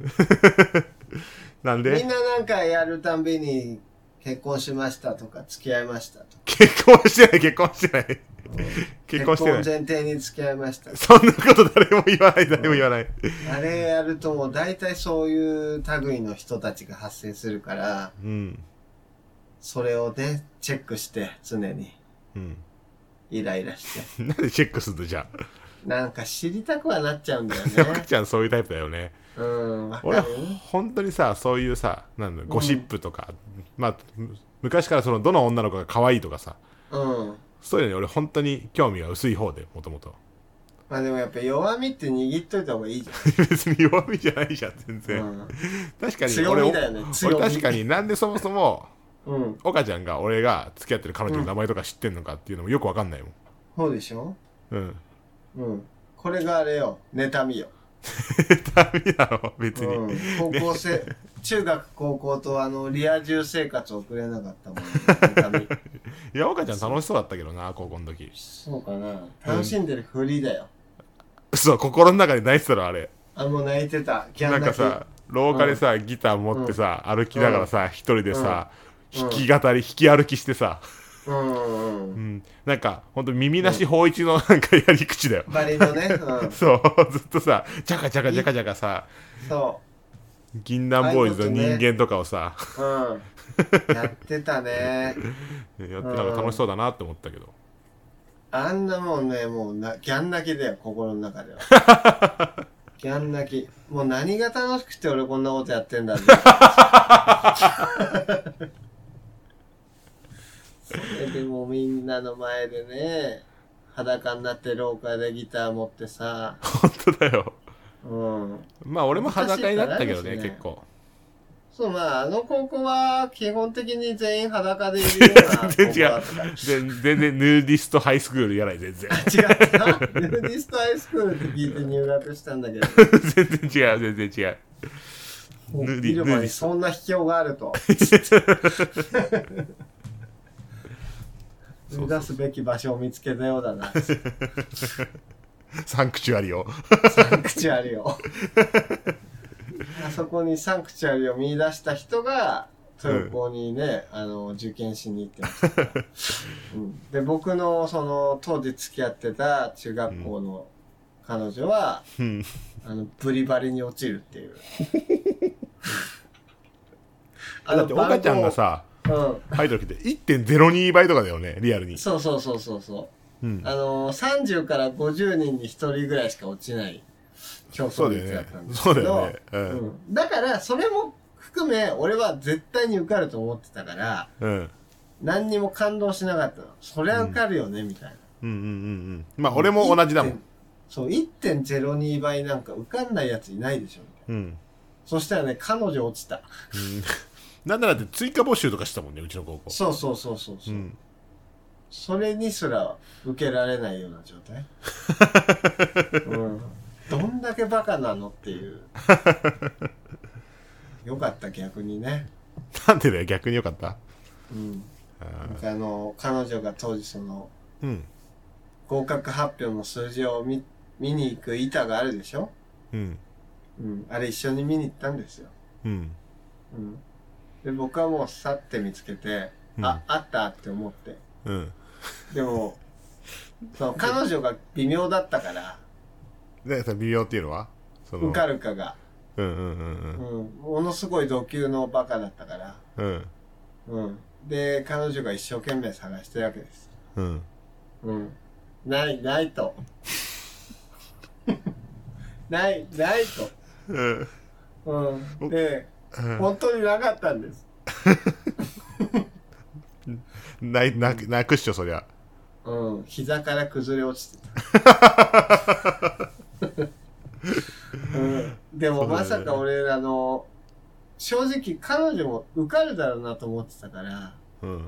[SPEAKER 1] なん
[SPEAKER 2] みん
[SPEAKER 1] で
[SPEAKER 2] ななんかやるたんびに結婚しましたとか付き合いましたとか
[SPEAKER 1] 結婚してない結婚してない結婚してない
[SPEAKER 2] 前提に付き合いました
[SPEAKER 1] そんなこと誰も言わない誰も言わない
[SPEAKER 2] あれやるともう大体そういう類の人たちが発生するから
[SPEAKER 1] うん
[SPEAKER 2] それをねチェックして常に
[SPEAKER 1] うん
[SPEAKER 2] イライラして
[SPEAKER 1] なんでチェックするのじゃあ
[SPEAKER 2] なんか知りたくはなっちゃうん
[SPEAKER 1] *laughs*
[SPEAKER 2] だよね
[SPEAKER 1] 福ちゃんそういうタイプだよね
[SPEAKER 2] うんわか
[SPEAKER 1] 俺
[SPEAKER 2] る
[SPEAKER 1] 本当にさそういうさなんだゴシップとか、まあむ昔からそのどの女の子が可愛いとかさ
[SPEAKER 2] うん
[SPEAKER 1] そういうのに俺本当に興味が薄い方でもともと *laughs*
[SPEAKER 2] まあでもやっぱ弱みって握っといた方がいいじ
[SPEAKER 1] 別に弱みじゃないじゃん全
[SPEAKER 2] ゃ
[SPEAKER 1] 然、
[SPEAKER 2] ん、
[SPEAKER 1] 確かに
[SPEAKER 2] 強
[SPEAKER 1] 俺
[SPEAKER 2] みだよね強み
[SPEAKER 1] 俺確かになんでそもそも
[SPEAKER 2] うん、うん、
[SPEAKER 1] 岡ちゃんが俺が付き合ってる彼女の名前とか知ってんのかっていうのもよくわかんないもん
[SPEAKER 2] そうでしょ
[SPEAKER 1] うん
[SPEAKER 2] うんこれがあれよ妬みよ、
[SPEAKER 1] ダメだろ別に、
[SPEAKER 2] うん、高校生、中学高校とあのリア充生活を送れなかったもん、ね、妬み
[SPEAKER 1] いや岡ちゃん楽しそうだったけどな高校の時
[SPEAKER 2] そうかな楽しんでるふりだよ、
[SPEAKER 1] そう心の中で泣いてたろあれ
[SPEAKER 2] あもう泣いてたギャン
[SPEAKER 1] なん
[SPEAKER 2] 泣
[SPEAKER 1] か
[SPEAKER 2] き
[SPEAKER 1] さ廊下でさ、ギター持ってさ、歩きながらさ一人でさ、
[SPEAKER 2] うん
[SPEAKER 1] 弾き語り弾き歩きしてさ、
[SPEAKER 2] うんうんう
[SPEAKER 1] うんん、なんかほんと耳なし法一のなんかやり口だよ、
[SPEAKER 2] バリのね、うん、
[SPEAKER 1] そうずっとさジャカジャカジャカジャカさ
[SPEAKER 2] そ
[SPEAKER 1] 銀杏ボーイズの人間とかをさ、*laughs*
[SPEAKER 2] ううんやってたね
[SPEAKER 1] やってなんか楽しそうだなって思ったけど、
[SPEAKER 2] あんなもんねもうなギャン泣きだよ心の中ではギャン泣きもう何が楽しくて俺こんなことやってんだってそれでもうみんなの前でね裸になって廊下でギター持ってさ
[SPEAKER 1] ほんとだよ
[SPEAKER 2] うん
[SPEAKER 1] まあ俺も裸になったけどね
[SPEAKER 2] 難しいからね
[SPEAKER 1] 結構
[SPEAKER 2] そう、まあ、あの高校は基本的に全員裸でいるような
[SPEAKER 1] 全然違う *laughs*
[SPEAKER 2] 高校だった
[SPEAKER 1] 全全然ヌーディストハイスクールやない全
[SPEAKER 2] *laughs*
[SPEAKER 1] 然
[SPEAKER 2] から。違った。ヌーディストハイスクールって聞いて入学したんだけど、
[SPEAKER 1] 全然違う全然違う
[SPEAKER 2] も
[SPEAKER 1] ヌー
[SPEAKER 2] う
[SPEAKER 1] ディ
[SPEAKER 2] 見る前にそんな卑怯が
[SPEAKER 1] *laughs*
[SPEAKER 2] あると。 *laughs* 生み出すべき場所を見つけたようだな。
[SPEAKER 1] サンクチュアリを
[SPEAKER 2] サンクチュアリを。あそこにサンクチュアリを見出した人が、豊高にね、あの、受験しに行って
[SPEAKER 1] *laughs*
[SPEAKER 2] ましたから、うんで、僕の、その、当時付き合ってた中学校の彼女は、
[SPEAKER 1] うん
[SPEAKER 2] あの、ブリバリに落ちるっていう。
[SPEAKER 1] *laughs*
[SPEAKER 2] あ
[SPEAKER 1] だって岡ちゃんが、さ
[SPEAKER 2] うん。
[SPEAKER 1] 入った時って1.02倍とかだよねリアルに
[SPEAKER 2] そうそうそうそうそう。
[SPEAKER 1] うん
[SPEAKER 2] あのー、30から50人に1人ぐらいしか落ちない競
[SPEAKER 1] そ
[SPEAKER 2] 争
[SPEAKER 1] うだよ
[SPEAKER 2] 率だ
[SPEAKER 1] ね
[SPEAKER 2] ったんですけ
[SPEAKER 1] そ
[SPEAKER 2] ど
[SPEAKER 1] うだよねう
[SPEAKER 2] うんんだからそれも含め俺は絶対に受かると思ってたから
[SPEAKER 1] うん
[SPEAKER 2] 何にも感動しなかったのそりゃ受かるよね、みたいな
[SPEAKER 1] うんうんうんうんまあ俺も同じだも
[SPEAKER 2] 1.0
[SPEAKER 1] ん
[SPEAKER 2] そう1.02倍なんか受かんないやついないでしょみたいな
[SPEAKER 1] うん
[SPEAKER 2] そしたらね彼女落ちた
[SPEAKER 1] なんならだって追加募集とかしてたもんねうちの高校
[SPEAKER 2] そうそうそうそうそうう、
[SPEAKER 1] ん
[SPEAKER 2] それにすら受けられないような状態、うん、どんだけバカなのっていうよかった逆にね、
[SPEAKER 1] なんでだよ逆によかった
[SPEAKER 2] うん、
[SPEAKER 1] あ
[SPEAKER 2] あの彼女が当時その
[SPEAKER 1] ーうん
[SPEAKER 2] 合格発表の数字を見見に行く板があるでしょ
[SPEAKER 1] うん
[SPEAKER 2] うん、あれ一緒に見に行ったんですよ。
[SPEAKER 1] うん
[SPEAKER 2] うん、で僕はもう去って見つけて、
[SPEAKER 1] うん
[SPEAKER 2] ああったって思って
[SPEAKER 1] うん
[SPEAKER 2] でもその彼女が微妙だったから
[SPEAKER 1] でその微妙っていうのはその
[SPEAKER 2] 受かるかが、
[SPEAKER 1] うんうんう
[SPEAKER 2] うんん、ものすごい度級のバカだったから、
[SPEAKER 1] うんうん
[SPEAKER 2] うん、で彼女が一生懸命探してるわけです、
[SPEAKER 1] うん
[SPEAKER 2] うん、ないないと *laughs* ないない
[SPEAKER 1] うん
[SPEAKER 2] と、うん、で
[SPEAKER 1] うん
[SPEAKER 2] 本当になかったんです、
[SPEAKER 1] ないなくなくっしょそりゃ
[SPEAKER 2] うん、膝から崩れ落ちてた、 *laughs* うん、でもまさか俺らの正直彼女も受かるだろうなと思ってたから、
[SPEAKER 1] うん
[SPEAKER 2] うん、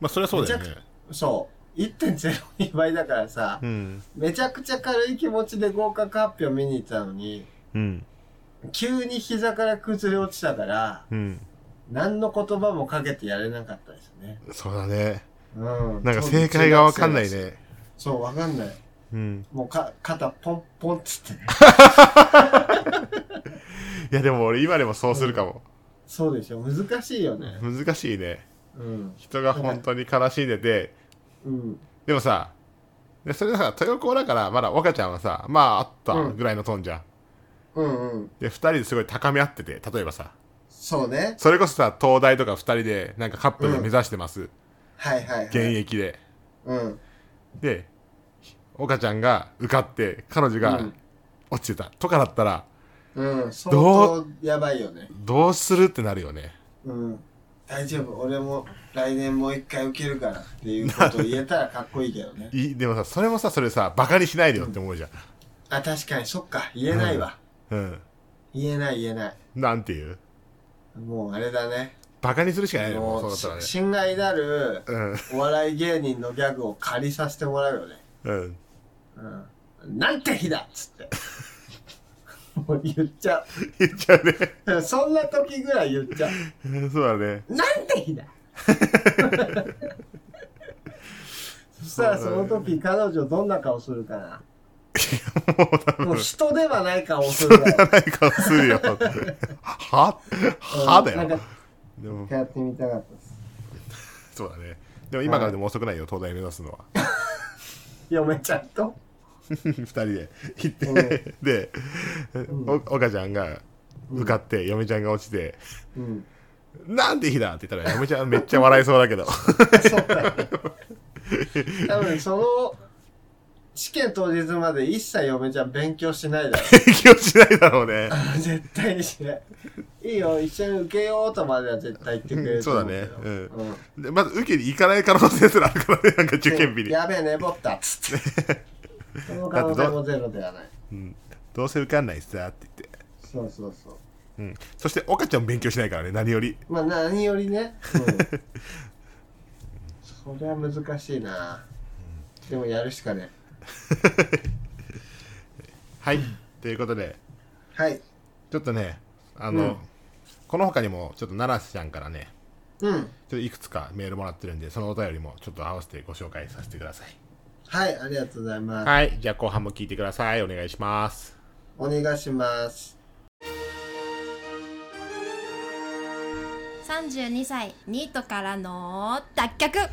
[SPEAKER 1] まあそりゃそうだよ
[SPEAKER 2] め
[SPEAKER 1] ね
[SPEAKER 2] そう1.02倍だからさ
[SPEAKER 1] うん
[SPEAKER 2] めちゃくちゃ軽い気持ちで合格発表見に行ったのに
[SPEAKER 1] うん
[SPEAKER 2] 急に膝から崩れ落ちたから
[SPEAKER 1] うん
[SPEAKER 2] 何の言葉もかけてやれなかったですね、
[SPEAKER 1] そうだね
[SPEAKER 2] うん、
[SPEAKER 1] なんか正解がわかんないね
[SPEAKER 2] そうわかんない
[SPEAKER 1] うん
[SPEAKER 2] もうか肩ポンポンっつって
[SPEAKER 1] いやでも俺今でもそうするかも
[SPEAKER 2] そうでしょ難しいよね。
[SPEAKER 1] 難しいね
[SPEAKER 2] うん。
[SPEAKER 1] 人が本当に悲しんでて
[SPEAKER 2] うん。
[SPEAKER 1] でもさでそれでさ豊子だからまだ若ちゃんはさまああったぐらいのトーンじゃん、
[SPEAKER 2] うんうん。
[SPEAKER 1] で2人ですごい高め合ってて例えばさ
[SPEAKER 2] そうね。
[SPEAKER 1] それこそさ東大とか2人でなんかカップルで目指してます、
[SPEAKER 2] はいはい、はい。
[SPEAKER 1] 現役で
[SPEAKER 2] うん。
[SPEAKER 1] で岡ちゃんが受かって彼女が
[SPEAKER 2] うん
[SPEAKER 1] 落ちてたとかだったら
[SPEAKER 2] うん。相当やばいよね。
[SPEAKER 1] どうするってなるよね。
[SPEAKER 2] うん。大丈夫。俺も来年もう一回受けるからっていうことを言えたらかっこいいけどね
[SPEAKER 1] *laughs* いでもさそれもさそれさバカにしないでよって思うじゃん
[SPEAKER 2] あ、確かに、そっか。言えないわ。
[SPEAKER 1] うん、
[SPEAKER 2] 言えない言えない。
[SPEAKER 1] なんていう
[SPEAKER 2] もうあれだね。
[SPEAKER 1] バカにするしかないよも
[SPEAKER 2] も
[SPEAKER 1] う
[SPEAKER 2] う、
[SPEAKER 1] そうだっ
[SPEAKER 2] 信頼なる
[SPEAKER 1] たらね
[SPEAKER 2] お笑い芸人のギャグを借りさせてもらうよね。
[SPEAKER 1] うんうん
[SPEAKER 2] うん。なんて日だっつ
[SPEAKER 1] *laughs*
[SPEAKER 2] って。もう言っちゃう。
[SPEAKER 1] 言っちゃうね
[SPEAKER 2] そんな時ぐらい言っちゃう。
[SPEAKER 1] そうだね
[SPEAKER 2] なんて日
[SPEAKER 1] *laughs*
[SPEAKER 2] だそしたらその時彼女どんな顔するかな。もう人ではない顔す
[SPEAKER 1] *laughs*
[SPEAKER 2] るから。
[SPEAKER 1] ない顔するよははだ
[SPEAKER 2] うんな
[SPEAKER 1] よ
[SPEAKER 2] んか
[SPEAKER 1] でも
[SPEAKER 2] やってみたかったです。
[SPEAKER 1] そうだねでも今からでも遅くないよ東大目指すのは *laughs*
[SPEAKER 2] 嫁ちゃんと。
[SPEAKER 1] 2人で行って、で、
[SPEAKER 2] ん
[SPEAKER 1] お岡ちゃんが受かって、嫁ちゃんが落ちて
[SPEAKER 2] うん。
[SPEAKER 1] 「なんて日だ!」って言ったら嫁ちゃんめっちゃ笑いそうだけど *laughs*
[SPEAKER 2] そうだよ。多分その試験当日まで一切嫁ちゃん勉強しないだろ
[SPEAKER 1] *laughs*
[SPEAKER 2] う。
[SPEAKER 1] 影響しないだろうね
[SPEAKER 2] 絶対にしない。いいよ、一緒に受けようとまでは絶対言ってくれると思うけど。
[SPEAKER 1] そうだね
[SPEAKER 2] うん
[SPEAKER 1] でまず受けに行かない可能性すらあるからねなんか受験日に、
[SPEAKER 2] やべえ寝ぼったっつってその可能性もゼロではない
[SPEAKER 1] うん *laughs* どうせ受かんないっすわって言って、
[SPEAKER 2] そうそうそ
[SPEAKER 1] う
[SPEAKER 2] う
[SPEAKER 1] ん、そして岡ちゃんも勉強しないからね何より *laughs*
[SPEAKER 2] まあ何よりね、うん、それは難しいなでもやるしかね
[SPEAKER 1] はいということで
[SPEAKER 2] はい
[SPEAKER 1] ちょっとねあの、
[SPEAKER 2] うん
[SPEAKER 1] この他にもちょっと奈良瀬ちゃんからね
[SPEAKER 2] うん
[SPEAKER 1] ちょっといくつかメールもらってるんでそのお便りもちょっと合わせてご紹介させてください
[SPEAKER 2] はいありがとうございます、
[SPEAKER 1] はい、じゃあ後半も聞いてください。お願いします。
[SPEAKER 2] お願いします
[SPEAKER 3] 32歳ニートからの脱却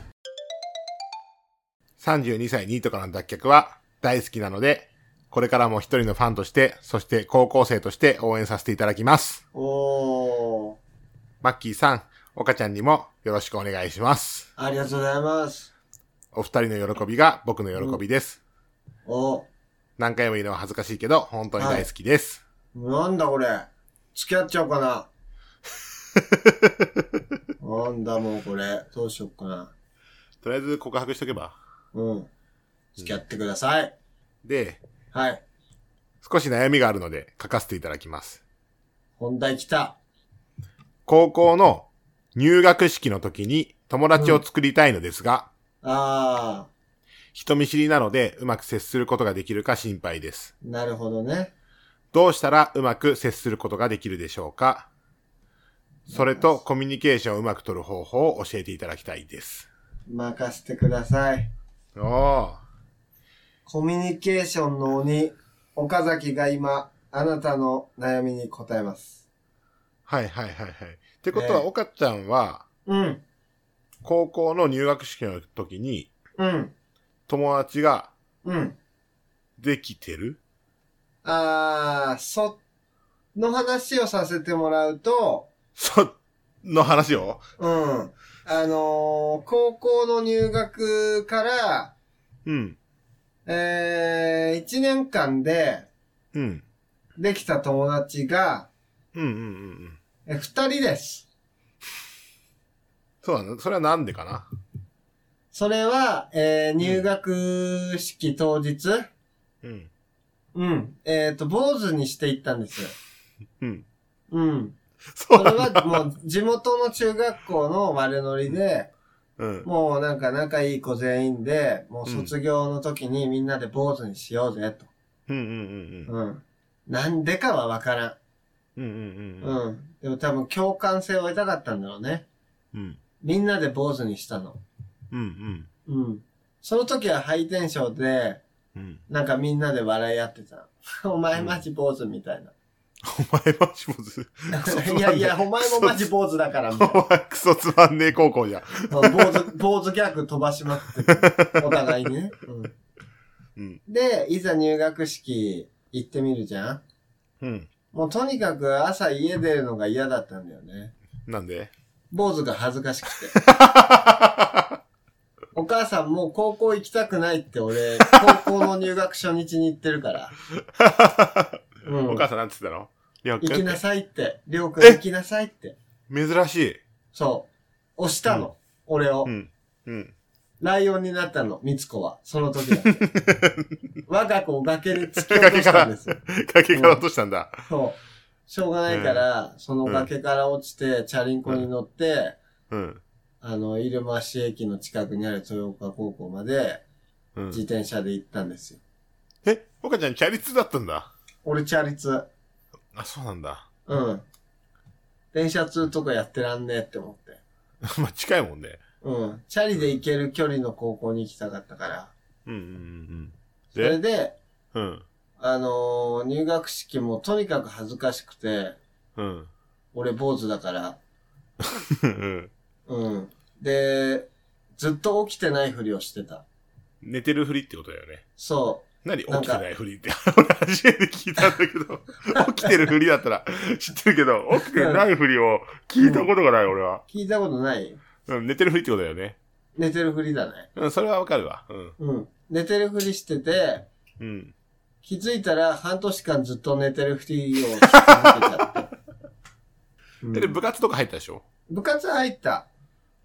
[SPEAKER 1] 32歳ニートからの脱却は大好きなので、これからも一人のファンとして、そして高校生として応援させていただきます。
[SPEAKER 2] おお
[SPEAKER 1] マッキーさん、岡ちゃんにもよろしくお願いします。
[SPEAKER 2] ありがとうございます
[SPEAKER 1] お二人の喜びが僕の喜びです。
[SPEAKER 2] お
[SPEAKER 1] 何回も言うのは恥ずかしいけど、本当に大好きです。
[SPEAKER 2] なんだこれ付き合っちゃおうか *laughs* ななんだもうこれどうしよっかな
[SPEAKER 1] とりあえず告白しとけば。
[SPEAKER 2] うん付き合ってください、
[SPEAKER 1] で、
[SPEAKER 2] はい
[SPEAKER 1] 少し悩みがあるので書かせていただきます。
[SPEAKER 2] 本題来た。
[SPEAKER 1] 高校の入学式の時に友達を作りたいのですが、
[SPEAKER 2] ああ、
[SPEAKER 1] 人見知りなのでうまく接することができるか心配です。
[SPEAKER 2] なるほどね。
[SPEAKER 1] どうしたらうまく接することができるでしょうかそれとコミュニケーションをうまく取る方法を教えていただきたいです。
[SPEAKER 2] 任せてください。
[SPEAKER 1] おー
[SPEAKER 2] コミュニケーションの鬼、岡崎が今、あなたの悩みに答えます。
[SPEAKER 1] はいはいはいはい。ってことは、
[SPEAKER 2] ね
[SPEAKER 1] 岡ちゃんは、
[SPEAKER 2] うん、
[SPEAKER 1] 高校の入学式の時に、
[SPEAKER 2] うん、
[SPEAKER 1] 友達が
[SPEAKER 2] うん。
[SPEAKER 1] できてる
[SPEAKER 2] あー、そ、の話をさせてもらうと、
[SPEAKER 1] そ、の話を
[SPEAKER 2] うん。あのー高校の入学から、
[SPEAKER 1] うん。
[SPEAKER 2] えー、1年間で
[SPEAKER 1] うん。
[SPEAKER 2] できた友達が、
[SPEAKER 1] うんうんうんうん。
[SPEAKER 2] え、二人です。
[SPEAKER 1] そうだね。それはなんでかな
[SPEAKER 2] それは、えー、入学式当日、
[SPEAKER 1] うん。
[SPEAKER 2] うん。えっ、と、坊主にしていったんですよ。
[SPEAKER 1] うん。
[SPEAKER 2] うん。
[SPEAKER 1] そ
[SPEAKER 2] そうれ
[SPEAKER 1] だな。
[SPEAKER 2] はもう地元の中学校の悪ノリで、
[SPEAKER 1] うん。
[SPEAKER 2] もうなんか仲いい子全員で、もう卒業の時にみんなで坊主にしようぜと。
[SPEAKER 1] うんうんうん
[SPEAKER 2] うん。なんでかはわから
[SPEAKER 1] うん。うんうん
[SPEAKER 2] ん。
[SPEAKER 1] うんうん。
[SPEAKER 2] うん。でも多分共感性を得たかったんだろうね。
[SPEAKER 1] うん。
[SPEAKER 2] みんなで坊主にしたの。
[SPEAKER 1] うん
[SPEAKER 2] うん。その時はハイテンションで、
[SPEAKER 1] うん。うん。
[SPEAKER 2] なんかみんなで笑い合ってた。 *laughs* お前マジ坊主みたいな。
[SPEAKER 1] お前マジもず、クソつまんねえ
[SPEAKER 2] *laughs* いやいや、お前もマジ坊主だからみたいな。
[SPEAKER 1] お前クソつまんねえ高校じゃん。
[SPEAKER 2] 坊主、坊主ギャグ飛ばしまくってるお互いにね。うん
[SPEAKER 1] うん。
[SPEAKER 2] で、いざ入学式行ってみるじゃん
[SPEAKER 1] うん。
[SPEAKER 2] もうとにかく朝家出るのが嫌だったんだよね。
[SPEAKER 1] なんで
[SPEAKER 2] 坊主が恥ずかしく
[SPEAKER 1] *laughs*
[SPEAKER 2] て。お母さんもう高校行きたくないって俺、高校の入学初日に行って
[SPEAKER 1] *laughs*
[SPEAKER 2] るから。うん
[SPEAKER 1] お母さんなんて言ってたのりょうくん
[SPEAKER 2] 行きなさいって。りょうくん行きなさいって。
[SPEAKER 1] 珍しい。
[SPEAKER 2] そう。押したの。俺を。
[SPEAKER 1] うん。うん。
[SPEAKER 2] ライオンになったの、みつこは。そ
[SPEAKER 1] *laughs*
[SPEAKER 2] の時だけ。我が子を崖に突き落と
[SPEAKER 1] 崖
[SPEAKER 2] し
[SPEAKER 1] か
[SPEAKER 2] た
[SPEAKER 1] ら
[SPEAKER 2] んですよ。、
[SPEAKER 1] 崖から落としたんだ。
[SPEAKER 2] そう。しょうがないから、その崖から落ちて、チャリンコに乗って、
[SPEAKER 1] うん。
[SPEAKER 2] あの、入間市駅の近くにある豊岡高校まで、
[SPEAKER 1] うん
[SPEAKER 2] 自転車で行ったんですよ。
[SPEAKER 1] え、岡ちゃん、チャリ通だったんだ。
[SPEAKER 2] 俺、チャリ通。
[SPEAKER 1] あ、そうなんだ。 *laughs*
[SPEAKER 2] うん。電車通とかやってらんねえって思って。
[SPEAKER 1] まあ、近いもんね。
[SPEAKER 2] うん。チャリで行ける距離の高校に行きたかったから。
[SPEAKER 1] うんうん
[SPEAKER 2] それで、
[SPEAKER 1] うん。うん。
[SPEAKER 2] あのー入学式もとにかく恥ずかしくて、
[SPEAKER 1] うん。
[SPEAKER 2] 俺坊主だから。
[SPEAKER 1] うん。
[SPEAKER 2] うん。で、ずっと起きてないふりをしてた。
[SPEAKER 1] 寝てるふりってことだよね。
[SPEAKER 2] そ
[SPEAKER 1] 何起
[SPEAKER 2] なん
[SPEAKER 1] き
[SPEAKER 2] か
[SPEAKER 1] てないふりって。 *laughs* 俺初めて聞いたんだけど、 *laughs* 起きてるふりだったら知ってるけど、起きてないふりを聞いたことがない、俺は。
[SPEAKER 2] う。聞いたことない
[SPEAKER 1] うん、寝てるふりってことだよね。
[SPEAKER 2] 寝てるふりだね。
[SPEAKER 1] うん、それはわかるわ。うん。
[SPEAKER 2] うん。寝てるふりしてて、
[SPEAKER 1] うん。
[SPEAKER 2] 気づいたら半年間ずっと寝てるふりをし続けちゃって。 *laughs* うん
[SPEAKER 1] で、部活とか入ったでしょ
[SPEAKER 2] 部活入った。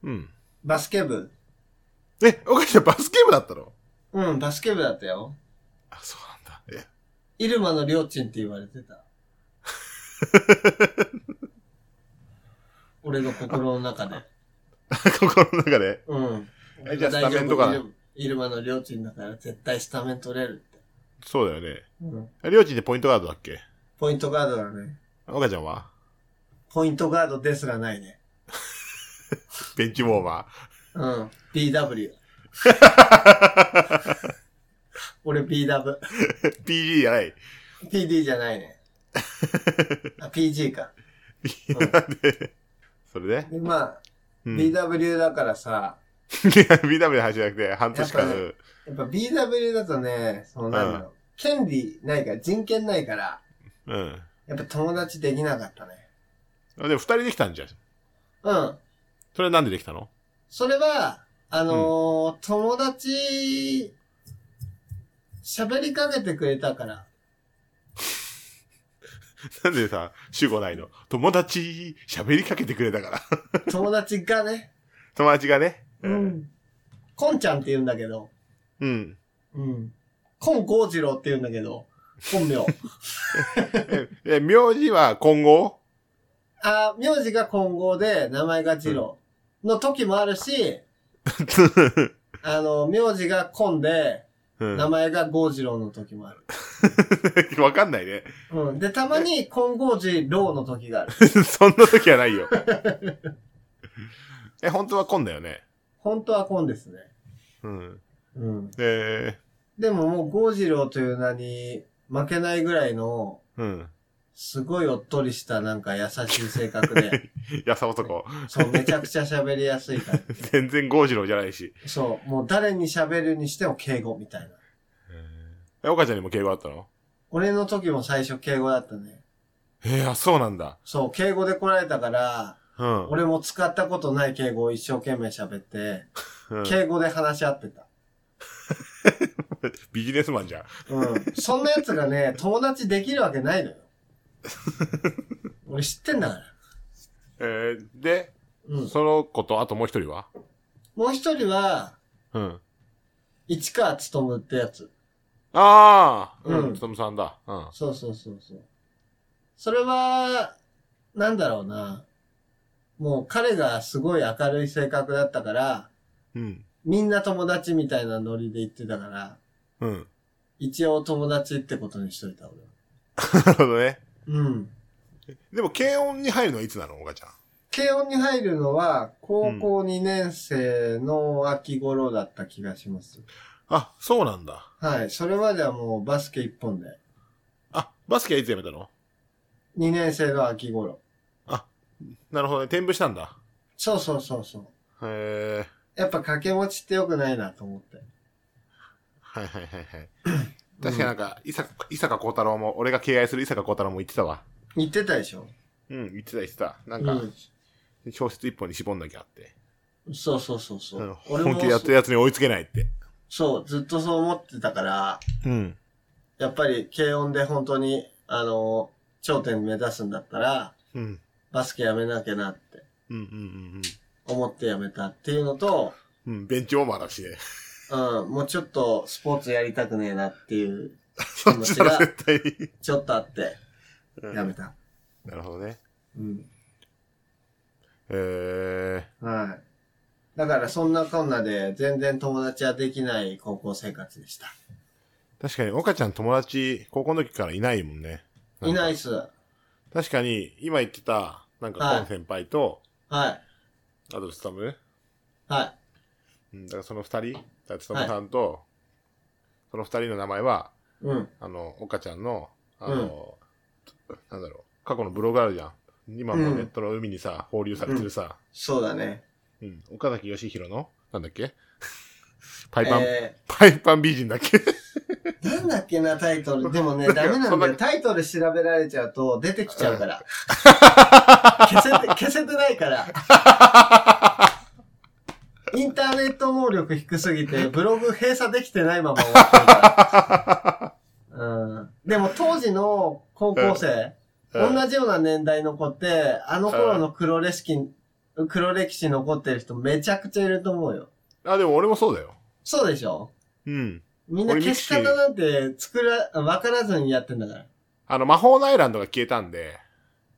[SPEAKER 1] うん。
[SPEAKER 2] バスケ部。
[SPEAKER 1] え、おかしいバスケ部だったの
[SPEAKER 2] うん、バスケ部だったよ。
[SPEAKER 1] あ、そうなんだ。
[SPEAKER 2] 入間のりょうちんって言われて *laughs* た。俺の心の中で。
[SPEAKER 1] え、 *laughs* 心の中で。
[SPEAKER 2] うん。
[SPEAKER 1] えじゃあスタメンとか
[SPEAKER 2] 大丈夫。イルマの両親だから絶対スタメン取れるって。
[SPEAKER 1] そうだよね。
[SPEAKER 2] うん。
[SPEAKER 1] りょうちんってポイントガードだっけ
[SPEAKER 2] ポイントガードだね。
[SPEAKER 1] おかちゃんは
[SPEAKER 2] ポイントガードですらないね。
[SPEAKER 1] ベンチウォーマ
[SPEAKER 2] うん。BW。俺 BW。
[SPEAKER 1] ー。PG じゃない。
[SPEAKER 2] PD じゃな
[SPEAKER 1] *laughs*
[SPEAKER 2] いね。あ、PG か。
[SPEAKER 1] それで
[SPEAKER 2] で、まあ、
[SPEAKER 1] うん *laughs*
[SPEAKER 2] BW だからさ、
[SPEAKER 1] いや、BW の話じゃなくて、半年間。
[SPEAKER 2] やっぱ
[SPEAKER 1] うん
[SPEAKER 2] やっぱ BW だとね、そのなんだろう。権利ないから、人権ないから、
[SPEAKER 1] うん。
[SPEAKER 2] やっぱ友達できなかったね。
[SPEAKER 1] でも、二人できたんじゃん。
[SPEAKER 2] うん。
[SPEAKER 1] それはなんでできたの
[SPEAKER 2] それは、あのー友達、喋りかけてくれたから。
[SPEAKER 1] なんでさ、主語ないの友達、喋りかけてくれたから。 *laughs*
[SPEAKER 2] 友達がね、 *laughs*
[SPEAKER 1] 友達がね。
[SPEAKER 2] う。ん。コンちゃんって言うんだけど、
[SPEAKER 1] うん。
[SPEAKER 2] うん。コンゴージロって言うんだけど、本名。
[SPEAKER 1] え、え名字は今後 *laughs*
[SPEAKER 2] あー名字がコンゴーで、名前がジローの時もあるし、あの、名字がコンで、
[SPEAKER 1] うん。 *laughs*
[SPEAKER 2] 名
[SPEAKER 1] わ
[SPEAKER 2] 前がゴージローの時もある。
[SPEAKER 1] かんないね。
[SPEAKER 2] うん。で、たまにコンゴージローの時
[SPEAKER 1] *laughs*
[SPEAKER 2] がある。
[SPEAKER 1] そんな時はない *laughs* よ。え、本当は今だよね。
[SPEAKER 2] 本当はコンですね。
[SPEAKER 1] うん。
[SPEAKER 2] うん。
[SPEAKER 1] え
[SPEAKER 2] でももう、ゴジローという名に負けないぐらいの
[SPEAKER 1] ーうん。
[SPEAKER 2] すごいおっとりしたなんか優しい性
[SPEAKER 1] *laughs*
[SPEAKER 2] 格で、
[SPEAKER 1] やさ男。
[SPEAKER 2] そう、めちゃくちゃ喋りやすいから。
[SPEAKER 1] 全然ゴージローじゃないし。
[SPEAKER 2] そう、もう誰に喋るにしても敬語みたいな。
[SPEAKER 1] え、岡ちゃんにも敬語あったの
[SPEAKER 2] 俺の時も最初敬語だったね。
[SPEAKER 1] えー、あ、そうなんだ。
[SPEAKER 2] そう、敬語で来られたから、
[SPEAKER 1] うん。
[SPEAKER 2] 俺も使ったことない敬語を一生懸命喋って、
[SPEAKER 1] うん
[SPEAKER 2] 敬語で話し合ってた。
[SPEAKER 1] *laughs* ビジネスマンじゃん。
[SPEAKER 2] うん。そんな奴がね、友達できるわけ
[SPEAKER 1] *laughs*
[SPEAKER 2] ないのよ。俺知ってんだから。
[SPEAKER 1] えー、で、
[SPEAKER 2] うん。
[SPEAKER 1] その子と、あともう一人は
[SPEAKER 2] もう一人は、
[SPEAKER 1] うん。
[SPEAKER 2] 市川つとむってやつ。
[SPEAKER 1] ああ
[SPEAKER 2] うん
[SPEAKER 1] うん。つとむさんだ。うん。
[SPEAKER 2] そうそうそうそう。それは、なんだろうな。もう彼がすごい明るい性格だったから、
[SPEAKER 1] うん。
[SPEAKER 2] みんな友達みたいなノリで言ってたから、
[SPEAKER 1] うん。
[SPEAKER 2] 一応友達ってことにしといた俺は。
[SPEAKER 1] なるほどね。
[SPEAKER 2] うん。
[SPEAKER 1] でも、軽音に入るのはいつなの岡ちゃん。
[SPEAKER 2] 軽音に入るのは、高校2年生の秋頃だった気がします。
[SPEAKER 1] あ、そうなんだ。
[SPEAKER 2] はい。それまではもうバスケ一本で。
[SPEAKER 1] あ、バスケはいつやめたの
[SPEAKER 2] 2年生の秋頃。
[SPEAKER 1] なるほどね。転部したんだ。
[SPEAKER 2] そうそうそうそう。
[SPEAKER 1] へえ。
[SPEAKER 2] やっぱ掛け持ちって良くないなと思って。
[SPEAKER 1] はいはいはいはい。確かになんか、伊坂、伊坂幸太郎も、俺が敬愛する伊坂幸太郎も言ってたわ。
[SPEAKER 2] 言ってたでしょ
[SPEAKER 1] うん、言ってた言ってた。なん
[SPEAKER 2] う
[SPEAKER 1] か、
[SPEAKER 2] ん
[SPEAKER 1] 小説一本に絞んなきゃって。
[SPEAKER 2] そうそうそうそう。
[SPEAKER 1] うん
[SPEAKER 2] 俺も
[SPEAKER 1] 本気でやってるやつに追いつけないって。
[SPEAKER 2] そう、ずっとそう思ってたから、
[SPEAKER 1] うん。
[SPEAKER 2] やっぱり軽音で本当に、あの、頂点目指すんだったら、
[SPEAKER 1] うん。
[SPEAKER 2] バスケやめなきゃなって
[SPEAKER 1] うんうんうん
[SPEAKER 2] 思ってやめたっていうのと、
[SPEAKER 1] うん。うん、ベンチオーバーだしね。
[SPEAKER 2] うん、もうちょっとスポーツやりたくねえなっていう
[SPEAKER 1] そっちだ、絶対に。
[SPEAKER 2] ちょっとあって、やめた。
[SPEAKER 1] なるほどね。
[SPEAKER 2] うん。
[SPEAKER 1] えー、
[SPEAKER 2] はい。だからそんなこんなで全然友達はできない高校生活でした。
[SPEAKER 1] 確かに、岡ちゃん友達、高校の時からいないもんね。。
[SPEAKER 2] いないいっす。は
[SPEAKER 1] 確かに、今言ってた、なんか、
[SPEAKER 2] はい
[SPEAKER 1] コン先輩と、
[SPEAKER 2] い。はい。
[SPEAKER 1] あと、スタム
[SPEAKER 2] は
[SPEAKER 1] うん、だからその二人、だからつとむさんと、その二人の名前は、
[SPEAKER 2] い。うん。
[SPEAKER 1] あの、岡ちゃんの、あの、なんだろう、過去のブログあるじゃん。今
[SPEAKER 2] う
[SPEAKER 1] も
[SPEAKER 2] ん
[SPEAKER 1] ネットの海にさ、放流されてるさ、
[SPEAKER 2] そうだね。
[SPEAKER 1] うん、岡崎義弘の、なんだっけ *laughs* パイパン、
[SPEAKER 2] え
[SPEAKER 1] パイパン美人だっ
[SPEAKER 2] *laughs*
[SPEAKER 1] け
[SPEAKER 2] ーなんだっけな、タイトル。でもね、ダメなんだよ。タイトル調べられちゃうと、出てきちゃうから。消せて、消せてないから。インターネット能力低すぎて、ブログ閉鎖できてないまま終わってるから。うん、でも当時の高校生、
[SPEAKER 1] うん
[SPEAKER 2] 同じような年代の子って、あの頃の黒歴史、黒歴史残ってる人めちゃくちゃいると思うよ。
[SPEAKER 1] あ、でも俺もそうだよ。
[SPEAKER 2] そうでしょ
[SPEAKER 1] うん。
[SPEAKER 2] みんな消し方なんて作ら、わからずにやってんだから。
[SPEAKER 1] あの、魔法のアイランドが消えたんで、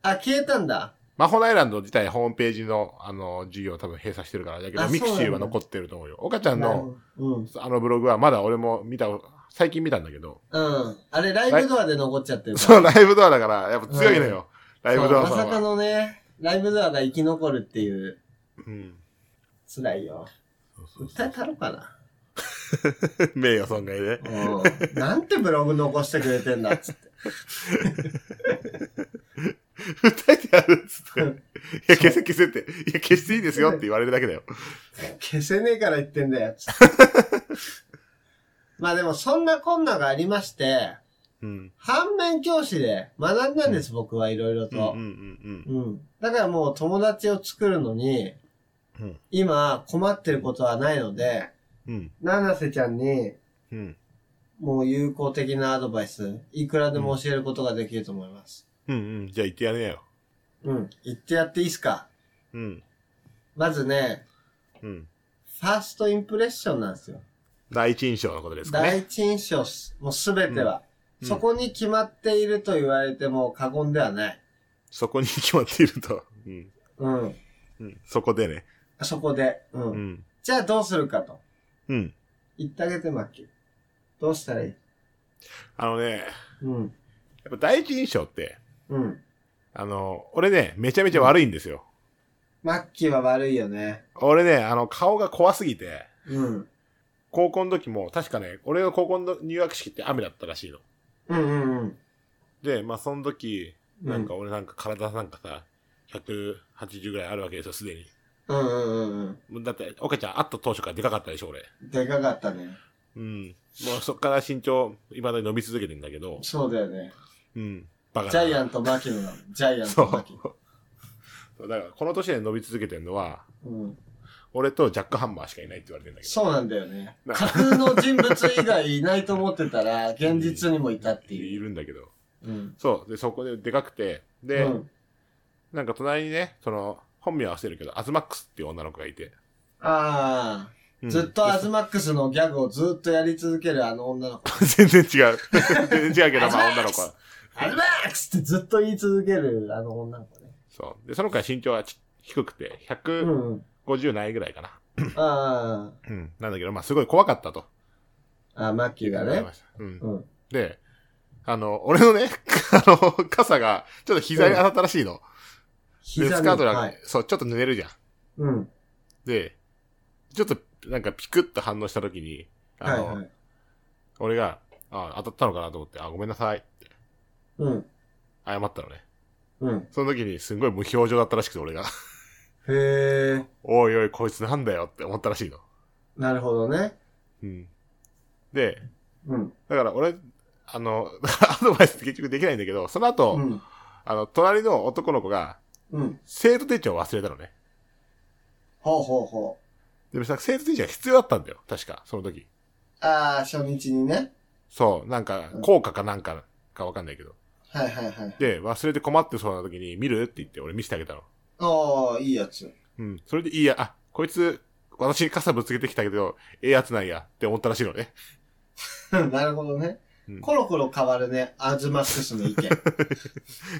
[SPEAKER 2] あ、消えたんだ。
[SPEAKER 1] 魔法のアイランド自体ホームページの、あの、授業多分閉鎖してるから、だけど、
[SPEAKER 2] あ
[SPEAKER 1] ミクシ
[SPEAKER 2] そ
[SPEAKER 1] ー
[SPEAKER 2] うな
[SPEAKER 1] は
[SPEAKER 2] んだ
[SPEAKER 1] 残ってると思うよ。岡ちゃん
[SPEAKER 2] なる
[SPEAKER 1] の、
[SPEAKER 2] ほどうん。
[SPEAKER 1] あのブログはまだ俺も見た、最近見たんだけど、
[SPEAKER 2] うん。あれ、ライブドアで残っちゃってるから
[SPEAKER 1] そう、ライブドアだから、やっぱ強いのよ。ライブドア
[SPEAKER 2] そう
[SPEAKER 1] さ
[SPEAKER 2] ま
[SPEAKER 1] ん
[SPEAKER 2] さか
[SPEAKER 1] は。
[SPEAKER 2] のね、ライブドアが生き残るっていう、
[SPEAKER 1] うん。
[SPEAKER 2] 辛いよ。訴えたろかな。
[SPEAKER 1] 名誉損害 *laughs* で。
[SPEAKER 2] うん。なんてブログ残してくれてんだっつって。
[SPEAKER 1] 訴えてやるっつって。い *laughs* や、消せ消せって。いや、消していいですよって言われるだけだよ。
[SPEAKER 2] 消せねえから言ってんだよ、つって。
[SPEAKER 1] *laughs*
[SPEAKER 2] まあでも、そんなこんながありまして、
[SPEAKER 1] うん。
[SPEAKER 2] 反面教師で学んだんです、僕はいろいろ
[SPEAKER 1] う
[SPEAKER 2] と。
[SPEAKER 1] んうんうん
[SPEAKER 2] うん。だからもう友達を作るのに、
[SPEAKER 1] うん
[SPEAKER 2] 今困ってることはないので、
[SPEAKER 1] うん。うん。
[SPEAKER 2] 七瀬ちゃんに
[SPEAKER 1] うん。
[SPEAKER 2] もう有効的なアドバイス、いくらでも教えることができると思います。
[SPEAKER 1] うんうん。じゃあ言ってやれよ。
[SPEAKER 2] うん。言ってやっていいっすか
[SPEAKER 1] うん。
[SPEAKER 2] まずね、
[SPEAKER 1] うん。
[SPEAKER 2] ファーストインプレッションなんですよ。
[SPEAKER 1] 第一印象のことですか
[SPEAKER 2] 第
[SPEAKER 1] ね。
[SPEAKER 2] 一印象っす、もうすべては、
[SPEAKER 1] うん
[SPEAKER 2] そこに決まっていると言われても過言ではない。
[SPEAKER 1] そこに決まっていると。うん。
[SPEAKER 2] うん。
[SPEAKER 1] うん。そこでね。
[SPEAKER 2] そこで。うん。
[SPEAKER 1] うん。
[SPEAKER 2] じゃあどうするかと。
[SPEAKER 1] うん。
[SPEAKER 2] 言ってあげて、マッキー。どうしたらいい
[SPEAKER 1] あのね、
[SPEAKER 2] うん。
[SPEAKER 1] やっぱ第一印象って、
[SPEAKER 2] うん。
[SPEAKER 1] あの、俺ね、めちゃめちゃ悪いんですよ。
[SPEAKER 2] マッキーは悪いよね。
[SPEAKER 1] 俺ね、あの、顔が怖すぎて、
[SPEAKER 2] うん。
[SPEAKER 1] 高校の時も、確かね、俺が高校の入学式って雨だったらしいの。
[SPEAKER 2] うんうんうん。
[SPEAKER 1] で、まあ、その時、
[SPEAKER 2] うん
[SPEAKER 1] なんか俺なんか体なんかさ、180ぐらいあるわけですよ、すでに。
[SPEAKER 2] うんうんうん
[SPEAKER 1] もうだって、岡ちゃん、会った当初からでかかったでしょ、俺。
[SPEAKER 2] うん。でかかったね。
[SPEAKER 1] うん。もうそっから身長、いまだに伸び続けてんだけど、
[SPEAKER 2] そうだよね。
[SPEAKER 1] うん。バカ
[SPEAKER 2] ジャイ
[SPEAKER 1] ン
[SPEAKER 2] アントマキのなのジャイアン
[SPEAKER 1] そ
[SPEAKER 2] トマキ。
[SPEAKER 1] う。だから、この年で伸び続けてるのは、
[SPEAKER 2] うん、
[SPEAKER 1] 俺とジャックハンマーしかいないって言われてんだけど。
[SPEAKER 2] そうなんだよね。
[SPEAKER 1] な
[SPEAKER 2] 架空の人物以外いないと思ってたら、現実にもいたって
[SPEAKER 1] い
[SPEAKER 2] いう。
[SPEAKER 1] るんだけど。
[SPEAKER 2] うん。
[SPEAKER 1] そう。で、そこででかくて、で、
[SPEAKER 2] うん、
[SPEAKER 1] なんか隣にね、その、本名は忘れるけど、アズマックスっていう女の子がいて。うん
[SPEAKER 2] ああ、ずっとアズマックスのギャグをずっとやり続けるあの女の子。
[SPEAKER 1] *laughs* 全然違う。全然違うけど、まあ
[SPEAKER 2] アズマ
[SPEAKER 1] 女
[SPEAKER 2] ッ
[SPEAKER 1] の
[SPEAKER 2] クス
[SPEAKER 1] 子は。
[SPEAKER 2] アズマックスってずっと言い続けるあの女の子ね。
[SPEAKER 1] そう。で、その子は身長はち低くて、150
[SPEAKER 2] うん。
[SPEAKER 1] ないぐらいかな。
[SPEAKER 2] あー
[SPEAKER 1] うん。なんだけど、まあすごい怖かったと。
[SPEAKER 2] あー、マッキーが
[SPEAKER 1] 言い
[SPEAKER 2] ね
[SPEAKER 1] ま。したうん。
[SPEAKER 2] うん。
[SPEAKER 1] で、あの、俺のね、 *laughs* あの、傘が、ちょっと膝に当たったらしいの。で、
[SPEAKER 2] 膝
[SPEAKER 1] ス
[SPEAKER 2] に
[SPEAKER 1] カートが、
[SPEAKER 2] はい。
[SPEAKER 1] そう、ちょっと濡れるじゃん。
[SPEAKER 2] うん。
[SPEAKER 1] で、ちょっと、なんかピクッと反応した時に、あ
[SPEAKER 2] はい
[SPEAKER 1] の、
[SPEAKER 2] はい。
[SPEAKER 1] 俺が、あ、当たったのかなと思って、あ、ごめんなさいって
[SPEAKER 2] うん。
[SPEAKER 1] 謝ったのね。
[SPEAKER 2] うん。
[SPEAKER 1] その時に、すんごい無表情だったらしくて、俺が。 *laughs*
[SPEAKER 2] へえ、
[SPEAKER 1] おいおい、こいつなんだよって思ったらしいの。
[SPEAKER 2] なるほどね。
[SPEAKER 1] うん。で、
[SPEAKER 2] うん。
[SPEAKER 1] だから俺、あの、 *laughs* アドバイスって結局できないんだけど、その後、
[SPEAKER 2] うん。
[SPEAKER 1] あの、隣の男の子が、
[SPEAKER 2] うん。
[SPEAKER 1] 生徒手帳を忘れたのね。
[SPEAKER 2] ほうほうほう。
[SPEAKER 1] でもさ、生徒手帳が必要だったんだよ。確か、その時。
[SPEAKER 2] ああ、初日にね。
[SPEAKER 1] そう、なんか、効果かなんかかわかんないけど。
[SPEAKER 2] はいはいはい。
[SPEAKER 1] で、忘れて困ってそうな時に、見るって言って俺見せてあげたの。
[SPEAKER 2] ああ、いいやつ。 *laughs*
[SPEAKER 1] うん。それでいいや、あ、こいつ、私に傘ぶつけてきたけど、ええやつなんやって思ったらしいのね。 *laughs*
[SPEAKER 2] なるほどね
[SPEAKER 1] うん。
[SPEAKER 2] コロコロ変わるね、アズマックスの意見。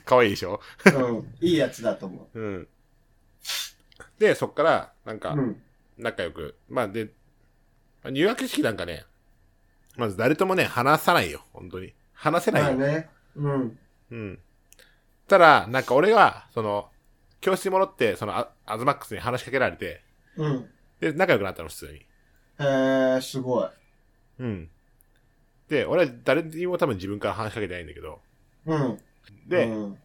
[SPEAKER 1] かわいいでしょ *laughs*
[SPEAKER 2] うん。いいやつだと思
[SPEAKER 1] うん。で、そっから、なん
[SPEAKER 2] う。
[SPEAKER 1] か
[SPEAKER 2] う、ん。
[SPEAKER 1] 仲良く、まあで、まあ入学式なんかね、まず誰ともね、話さないよ、本当に。話せない
[SPEAKER 2] ま
[SPEAKER 1] よ。
[SPEAKER 2] あね。うん。
[SPEAKER 1] うん。ただ、なんか俺は、その、教室に戻って、その、あアズマックスに話しかけられて、
[SPEAKER 2] うん。
[SPEAKER 1] で、仲良くなったの、普通に。
[SPEAKER 2] へえ、すごい。
[SPEAKER 1] うん。で、俺は誰にも多分自分から話しかけてないんだけど、
[SPEAKER 2] うん。
[SPEAKER 1] で、
[SPEAKER 2] うん、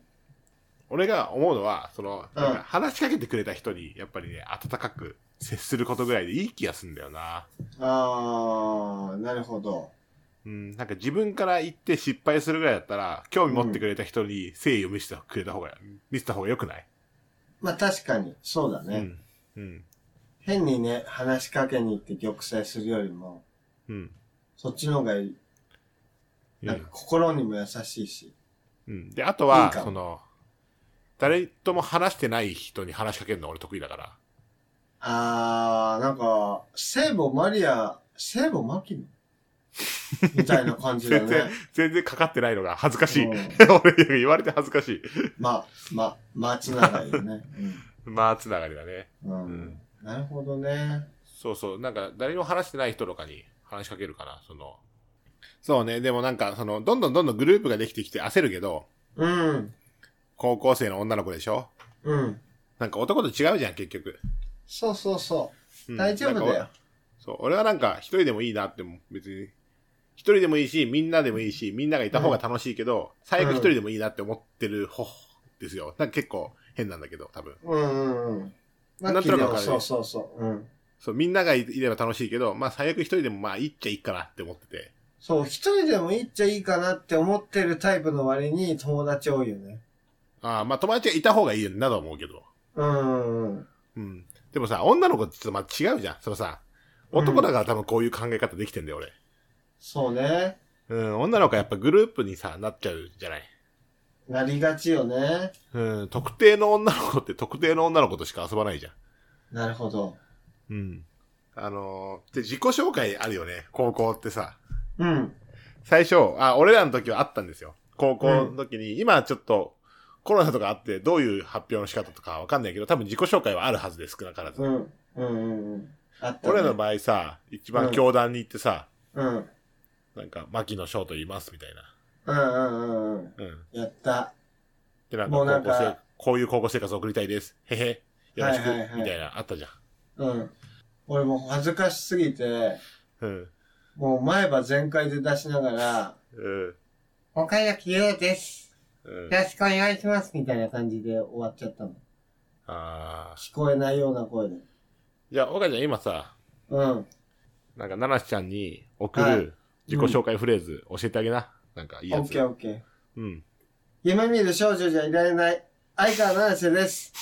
[SPEAKER 1] 俺が思うのは、その、
[SPEAKER 2] うん
[SPEAKER 1] なんか話しかけてくれた人に、やっぱりね、温かく接することぐらいでいい気がするんだよな。
[SPEAKER 2] ああ、なるほど。
[SPEAKER 1] うん、なんか自分から言って失敗するぐらいだったら、興味持ってくれた人に誠意を見せてくれた方が、見せた方が良くない、
[SPEAKER 2] まあ確かに、そうだね。
[SPEAKER 1] うん。うん。
[SPEAKER 2] 変にね、話しかけに行って玉砕するよりも、
[SPEAKER 1] うん。
[SPEAKER 2] そっちの方がいい。なんか心にも優しいし。
[SPEAKER 1] うん。で、あと
[SPEAKER 2] いい
[SPEAKER 1] は、
[SPEAKER 2] かも
[SPEAKER 1] その、誰とも話してない人に話しかけるの俺得意だから。
[SPEAKER 2] あー、なんか、聖母マリア、聖母マ
[SPEAKER 1] *laughs*
[SPEAKER 2] キノみたいな感じだ
[SPEAKER 1] 全然
[SPEAKER 2] ね。、
[SPEAKER 1] 全然かかってないのが恥ずかしい。
[SPEAKER 2] うん
[SPEAKER 1] *laughs* 俺言われて恥ずかしい。
[SPEAKER 2] ま、ま、まつながりだね。
[SPEAKER 1] まあ、つながりだね。
[SPEAKER 2] うん。う
[SPEAKER 1] *laughs* うんん。
[SPEAKER 2] なるほどね。
[SPEAKER 1] そうそう。なんか、誰にも話してない人とかに話しかけるかな、その。そうね。でもなんか、その、どんどんどんどんグループができてきて焦るけど、
[SPEAKER 2] うん。
[SPEAKER 1] 高校生の女の子でしょ
[SPEAKER 2] うん。
[SPEAKER 1] なんか男と違うじゃん、結局。
[SPEAKER 2] そうそうそ
[SPEAKER 1] うん
[SPEAKER 2] う。大丈夫だ
[SPEAKER 1] なん
[SPEAKER 2] よ
[SPEAKER 1] か。そう、俺はなんか一人でもいいなって、別に。一人でもいいし、みんなでもいいし、みんながいた方が楽しいけど、最悪一人でもいいなって思ってる方ですよ。なんか結構変なんだけど、多分。
[SPEAKER 2] うんうんうん。
[SPEAKER 1] なん
[SPEAKER 2] マ
[SPEAKER 1] と
[SPEAKER 2] キ
[SPEAKER 1] なく
[SPEAKER 2] ノ
[SPEAKER 1] わかる
[SPEAKER 2] そうそうそう。うん。
[SPEAKER 1] そう、みんながいいれば楽しいけど、まあ最悪一人でもまあいいっちゃいいかなって思ってて。
[SPEAKER 2] そう、一人でもいいっちゃいいかなって思ってるタイプの割に友達多いよね。
[SPEAKER 1] ああ、まあ友達がいた方がいいよなとは思うけど。
[SPEAKER 2] うんうん
[SPEAKER 1] うん。でもさ、女の子ってちょっとまあ違うじゃん。そのさ、男だから多分こういう考え方できてんだよ、俺。
[SPEAKER 2] そうね。
[SPEAKER 1] うん、女の子はやっぱグループにさ、なっちゃうじゃない。
[SPEAKER 2] なりがちよね。
[SPEAKER 1] うん、特定の女の子って特定の女の子としか遊ばないじゃん。
[SPEAKER 2] なるほど。
[SPEAKER 1] うん。あのー、で、自己紹介あるよね、高校ってさ。
[SPEAKER 2] うん。
[SPEAKER 1] 最初、あ、俺らの時はあったんですよ。高校の時に、今ちょっとコロナとかあって、どういう発表の仕方とかわかんないけど、多分自己紹介はあるはずです、少なからず。
[SPEAKER 2] うん。うんうんうん。あった、ね。
[SPEAKER 1] 俺らの場合さ、一
[SPEAKER 2] う
[SPEAKER 1] 番
[SPEAKER 2] ん
[SPEAKER 1] 教団に行ってさ、
[SPEAKER 2] うん。うん
[SPEAKER 1] なんか、牧野翔と言います、みたいな。
[SPEAKER 2] うんうんうん。
[SPEAKER 1] うん。
[SPEAKER 2] やった。
[SPEAKER 1] で、なんか、
[SPEAKER 2] も
[SPEAKER 1] 高
[SPEAKER 2] うなん
[SPEAKER 1] 校
[SPEAKER 2] か
[SPEAKER 1] 生、こういう高校生活を送りたいです。へへ。よろしく、
[SPEAKER 2] はいはいはい
[SPEAKER 1] みたいな、あったじゃん。
[SPEAKER 2] うん。俺もう恥ずかしすぎて、
[SPEAKER 1] うん。
[SPEAKER 2] もう前歯全開で出しながら、
[SPEAKER 1] うん。
[SPEAKER 2] 岡崎優です。
[SPEAKER 1] うん
[SPEAKER 2] よろしくお願いしますみたいな感じで終わっちゃったの。
[SPEAKER 1] ああ。
[SPEAKER 2] 聞こえないような声で。
[SPEAKER 1] じゃあ、岡ちゃん、今さ、
[SPEAKER 2] うん。
[SPEAKER 1] なんか、奈良ちゃんに送
[SPEAKER 2] はい
[SPEAKER 1] る自己紹介フレーズ教えてあげな。なんか、いいや
[SPEAKER 2] オッ
[SPEAKER 1] つ。
[SPEAKER 2] ケーオッケー。
[SPEAKER 1] うん。
[SPEAKER 2] 夢見る少女じゃいられない。相川七
[SPEAKER 1] *laughs*
[SPEAKER 2] 瀬です。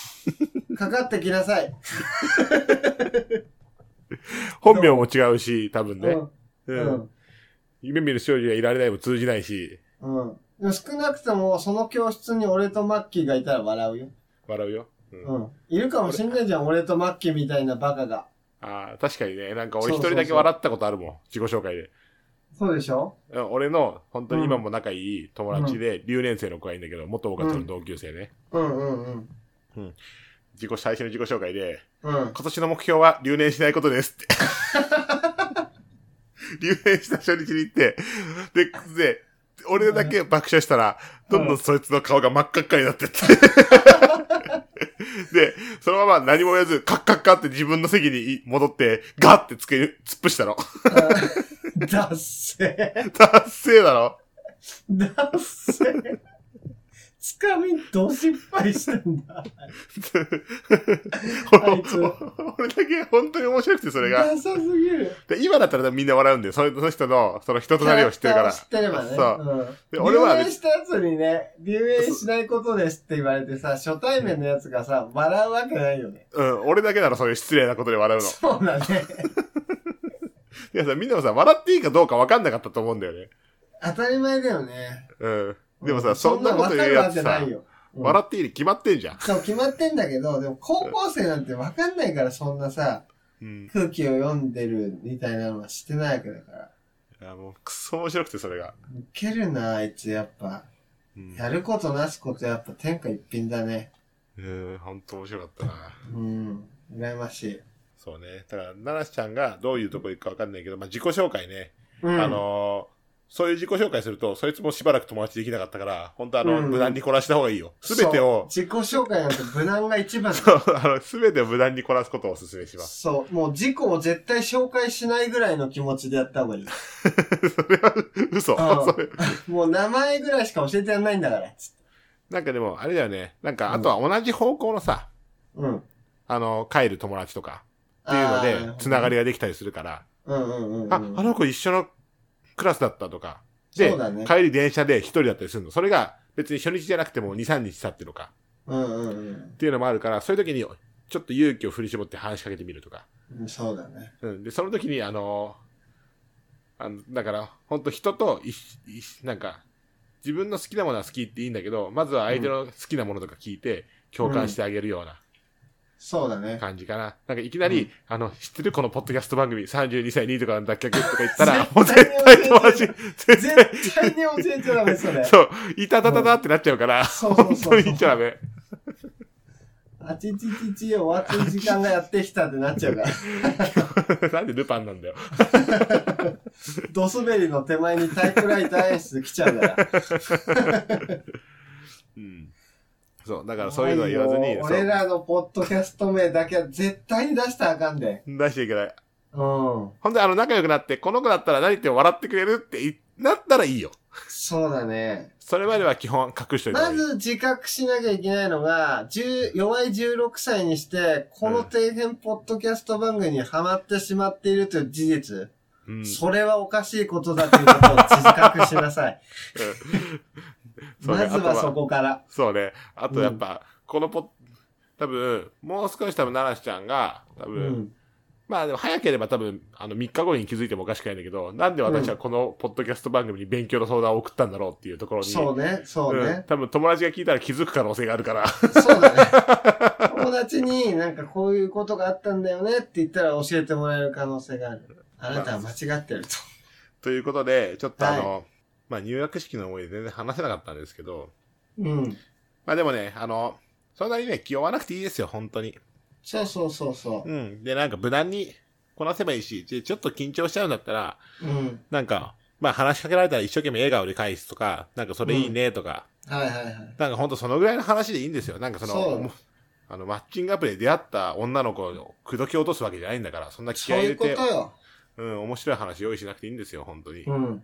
[SPEAKER 2] かかってきなさい。
[SPEAKER 1] 本名も違うし、多分ね。
[SPEAKER 2] う。
[SPEAKER 1] うん。
[SPEAKER 2] うんん。
[SPEAKER 1] 夢見る少女はいられないも通じないし、
[SPEAKER 2] うん。でも少なくとも、その教室に俺とマッキーがいたら笑うよ。
[SPEAKER 1] 笑うよ。うん
[SPEAKER 2] うん。いるかもしんないじゃん、俺とマッキーみたいなバカが。
[SPEAKER 1] ああ、確かにね。なんか俺
[SPEAKER 2] そ
[SPEAKER 1] 一
[SPEAKER 2] うそうそう
[SPEAKER 1] 人だけ笑ったことあるもん。自己紹介で。
[SPEAKER 2] そうでしょ
[SPEAKER 1] うん俺の、本当に今も仲いい友達で、留年生の子がいるんだけど、元岡ちゃんの同級生ね。
[SPEAKER 2] うんうんうん。
[SPEAKER 1] 自己、最初の自己紹介で、
[SPEAKER 2] *laughs* うん。
[SPEAKER 1] 今年の目標は留年しないことですって。 *laughs* 留年した初日に行って、で、で、俺だけ爆笑したら、どんどんそいつの顔が真っ赤っかになってって。 *laughs* で、そのまま何も言わず、カッカッカって自分の席に戻って、ガッて机に突っ伏したの。 *laughs*
[SPEAKER 2] だっせ。
[SPEAKER 1] 達成だろ *laughs*
[SPEAKER 2] だっせ。つかみ、ど失敗したんだ。あいつ
[SPEAKER 1] 俺だけ本当に面白くて、それが。
[SPEAKER 2] ダサすぎる。
[SPEAKER 1] で今だったらみんな笑うんで、そのその人の、その人となりを知ってるから。
[SPEAKER 2] キャラクターを知ってれば
[SPEAKER 1] そう。
[SPEAKER 2] ね。うん
[SPEAKER 1] で
[SPEAKER 2] 留
[SPEAKER 1] 俺は
[SPEAKER 2] 年
[SPEAKER 1] 別
[SPEAKER 2] したやつにね、留年しないことですって言われてさ、初対面のやつがさ、笑うわけないよね。
[SPEAKER 1] うん、俺だけならそういう失礼なことで笑うの。
[SPEAKER 2] そうだね。
[SPEAKER 1] いやさ、みんなもさ、笑っていいかどうか分かんなかったと思うんだよね。
[SPEAKER 2] 当たり前だよね。
[SPEAKER 1] うん。でも
[SPEAKER 2] う
[SPEAKER 1] さ、そんなこと言うやつ
[SPEAKER 2] そんなわ
[SPEAKER 1] さ
[SPEAKER 2] けない、ようん
[SPEAKER 1] 笑っていいに決まってんじゃん。
[SPEAKER 2] そう、決まってんだけど、でも高校生なんてわかんないから、そんなさ、
[SPEAKER 1] うん。
[SPEAKER 2] 空気を読んでるみたいなのはしてないわけだから。
[SPEAKER 1] あもう、くっそ面白くて、それが。
[SPEAKER 2] ウケるな、あいつ、やっぱ。
[SPEAKER 1] うん。
[SPEAKER 2] やることなすこと、やっぱ天下一品だね。
[SPEAKER 1] うん、ほんと面白かったな。
[SPEAKER 2] うん。羨ましい。
[SPEAKER 1] そうね。だから、奈良ちゃんがどういうとこ行くか分かんないけど、まあ、自己紹介ね。
[SPEAKER 2] うん、
[SPEAKER 1] あのーそういう自己紹介すると、そいつもしばらく友達できなかったから、本当あの、
[SPEAKER 2] うん
[SPEAKER 1] 無断にこなした方がいいよ。すべてを、
[SPEAKER 2] そう自己紹介なんて無難が一番だ
[SPEAKER 1] そう、あの、すべてを無断にこなすことをお勧めします。
[SPEAKER 2] そう、もう事故を絶対紹介しないぐらいの気持ちでやった方
[SPEAKER 1] *laughs*
[SPEAKER 2] がいい。
[SPEAKER 1] それは、嘘。それ、
[SPEAKER 2] もう名前ぐらいしか教えてやんないんだから、つって。
[SPEAKER 1] なんかでも、あれだよね。なん
[SPEAKER 2] うん
[SPEAKER 1] か、あとは同じ方向のさ、
[SPEAKER 2] うん。っ
[SPEAKER 1] あの、帰る友達とか、っていうので、つなが
[SPEAKER 2] り。
[SPEAKER 1] りができたりするから、
[SPEAKER 2] うんうんうん、うん。
[SPEAKER 1] あ、あの子一緒のクラスだったとか、
[SPEAKER 2] そ
[SPEAKER 1] で
[SPEAKER 2] うだ、ね
[SPEAKER 1] 帰り電車で一人だったりするの。それが、別に初日じゃなくても2、3日経ってるとか、
[SPEAKER 2] うんうん
[SPEAKER 1] っていうのもあるから、そういう時に、ちょっと勇気を振り絞って話しかけてみるとか。
[SPEAKER 2] うん。そうだね。
[SPEAKER 1] うん。で、その時に、あのーあの、だから、ほんと人といいなんか、自分の好きなものは好きっていいんだけど、まずは相手の好きなものとか聞いて、共感してあげるような
[SPEAKER 2] そうだね。
[SPEAKER 1] 感じかな。なんかいきなり、
[SPEAKER 2] うん
[SPEAKER 1] あの、知ってるこのポッドキャスト番組、32歳2とかの脱却とか言ったら、
[SPEAKER 2] 絶対
[SPEAKER 1] もう絶対友達、絶対、
[SPEAKER 2] 絶対に教えちゃダメ、それ。
[SPEAKER 1] そう、いたたたたってなっちゃうから、
[SPEAKER 2] そうそう
[SPEAKER 1] 本
[SPEAKER 2] そうそ
[SPEAKER 1] 当
[SPEAKER 2] う
[SPEAKER 1] に言っちゃダメ。
[SPEAKER 2] あちちちちよ、終わって時間がやってきたってなっちゃう *laughs* から。
[SPEAKER 1] なんでルパンなんだよ。
[SPEAKER 2] ドスベリの手前にタイプライター演出来ちゃうから。
[SPEAKER 1] うん。そう、だからそういうのは言わずに、
[SPEAKER 2] もう
[SPEAKER 1] そ
[SPEAKER 2] 俺
[SPEAKER 1] う
[SPEAKER 2] らのポッドキャスト名だけは絶対に出したらあかんで。
[SPEAKER 1] 出しちゃいけない。
[SPEAKER 2] うん。
[SPEAKER 1] ほんで、あの、仲良くなって、この子だったら何言っても笑ってくれるっていなったらいいよ。
[SPEAKER 2] そうだね。
[SPEAKER 1] それまでは基本隠しといた方が
[SPEAKER 2] ま
[SPEAKER 1] いい。
[SPEAKER 2] ず自覚しなきゃいけないのが、10弱い16歳にして、この底辺ポッドキャスト番組にはまってしまっているという事実。
[SPEAKER 1] うん、
[SPEAKER 2] それはおかしいことだということを自覚しなさい。
[SPEAKER 1] そう
[SPEAKER 2] ま
[SPEAKER 1] ね
[SPEAKER 2] ず
[SPEAKER 1] あ
[SPEAKER 2] は
[SPEAKER 1] とは
[SPEAKER 2] そこから。
[SPEAKER 1] そうね。あとやっぱ、このポ多分、もう少し多分、奈良ちゃんが、多
[SPEAKER 2] う
[SPEAKER 1] 分、
[SPEAKER 2] ん。
[SPEAKER 1] まあでも早ければ多分、あの、3日後に気づいてもおかしくないんだけど、なんで私はこのポッドキャスト番組に勉強の相談を送ったんだろうっていうところに、
[SPEAKER 2] そうね、そうね。
[SPEAKER 1] ん、多分友達が聞いたら気づく可能性があるから、 *laughs*
[SPEAKER 2] そうだね。友達になんかこういうことがあったんだよねって言ったら教えてもらえる可能性がある。あなたは間違ってると。
[SPEAKER 1] ということで、ちょっとあの、まあ入学式の思いで全然話せなかったんですけど、
[SPEAKER 2] うん。
[SPEAKER 1] まあでもね、あの、そんなにね、気負わなくていいですよ、本当に。
[SPEAKER 2] そうそうそうそ
[SPEAKER 1] うん。で、なんか無難にこなせばいいし、でちょっと緊張しちゃうんだったら、
[SPEAKER 2] う。うん。
[SPEAKER 1] なんか、まあ話しかけられたら一生懸命笑顔で返すとか、なんかそれいいねとか、
[SPEAKER 2] はいはいはい。
[SPEAKER 1] なんかほんとそのぐらいの話でいいんですよ。なんかその、
[SPEAKER 2] そう
[SPEAKER 1] もうあの、マッチングアプリで出会った女の子を口説き落とすわけじゃないんだから、そんな気
[SPEAKER 2] そう
[SPEAKER 1] 合い入
[SPEAKER 2] い
[SPEAKER 1] れ
[SPEAKER 2] うこと
[SPEAKER 1] て、
[SPEAKER 2] よ。
[SPEAKER 1] うん、面白い話用意しなくていいんですよ、本当に。
[SPEAKER 2] うん。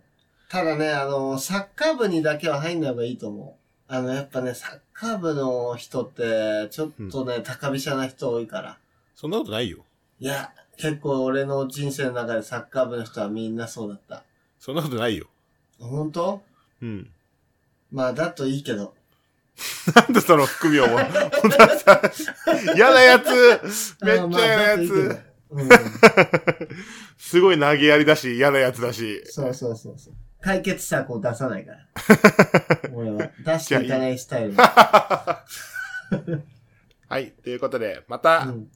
[SPEAKER 2] ただね、あの、サッカー部にだけは入んない方がいいと思う。あの、やっぱね、サッカー部の人って、ちょっとね、高飛車な人多いから。
[SPEAKER 1] そんなことないよ
[SPEAKER 2] いや、結構俺の人生の中でサッカー部の人はみんなそうだった。
[SPEAKER 1] そんなことないよ
[SPEAKER 2] 本当
[SPEAKER 1] うん
[SPEAKER 2] まあ、だといいけど。
[SPEAKER 1] *laughs* なんでその含みを小田さん *laughs* 嫌なやつめっ
[SPEAKER 2] あーま
[SPEAKER 1] ちゃ
[SPEAKER 2] あ
[SPEAKER 1] 嫌な
[SPEAKER 2] だ
[SPEAKER 1] や
[SPEAKER 2] といいけど
[SPEAKER 1] つ
[SPEAKER 2] うん。
[SPEAKER 1] すごい投げやりだし嫌なやつだし
[SPEAKER 2] そうそうそうそう。解決策を出さ
[SPEAKER 1] *laughs*
[SPEAKER 2] ないから。俺は。出していかないスタイル。
[SPEAKER 1] はいということでま
[SPEAKER 2] う
[SPEAKER 1] た
[SPEAKER 2] ん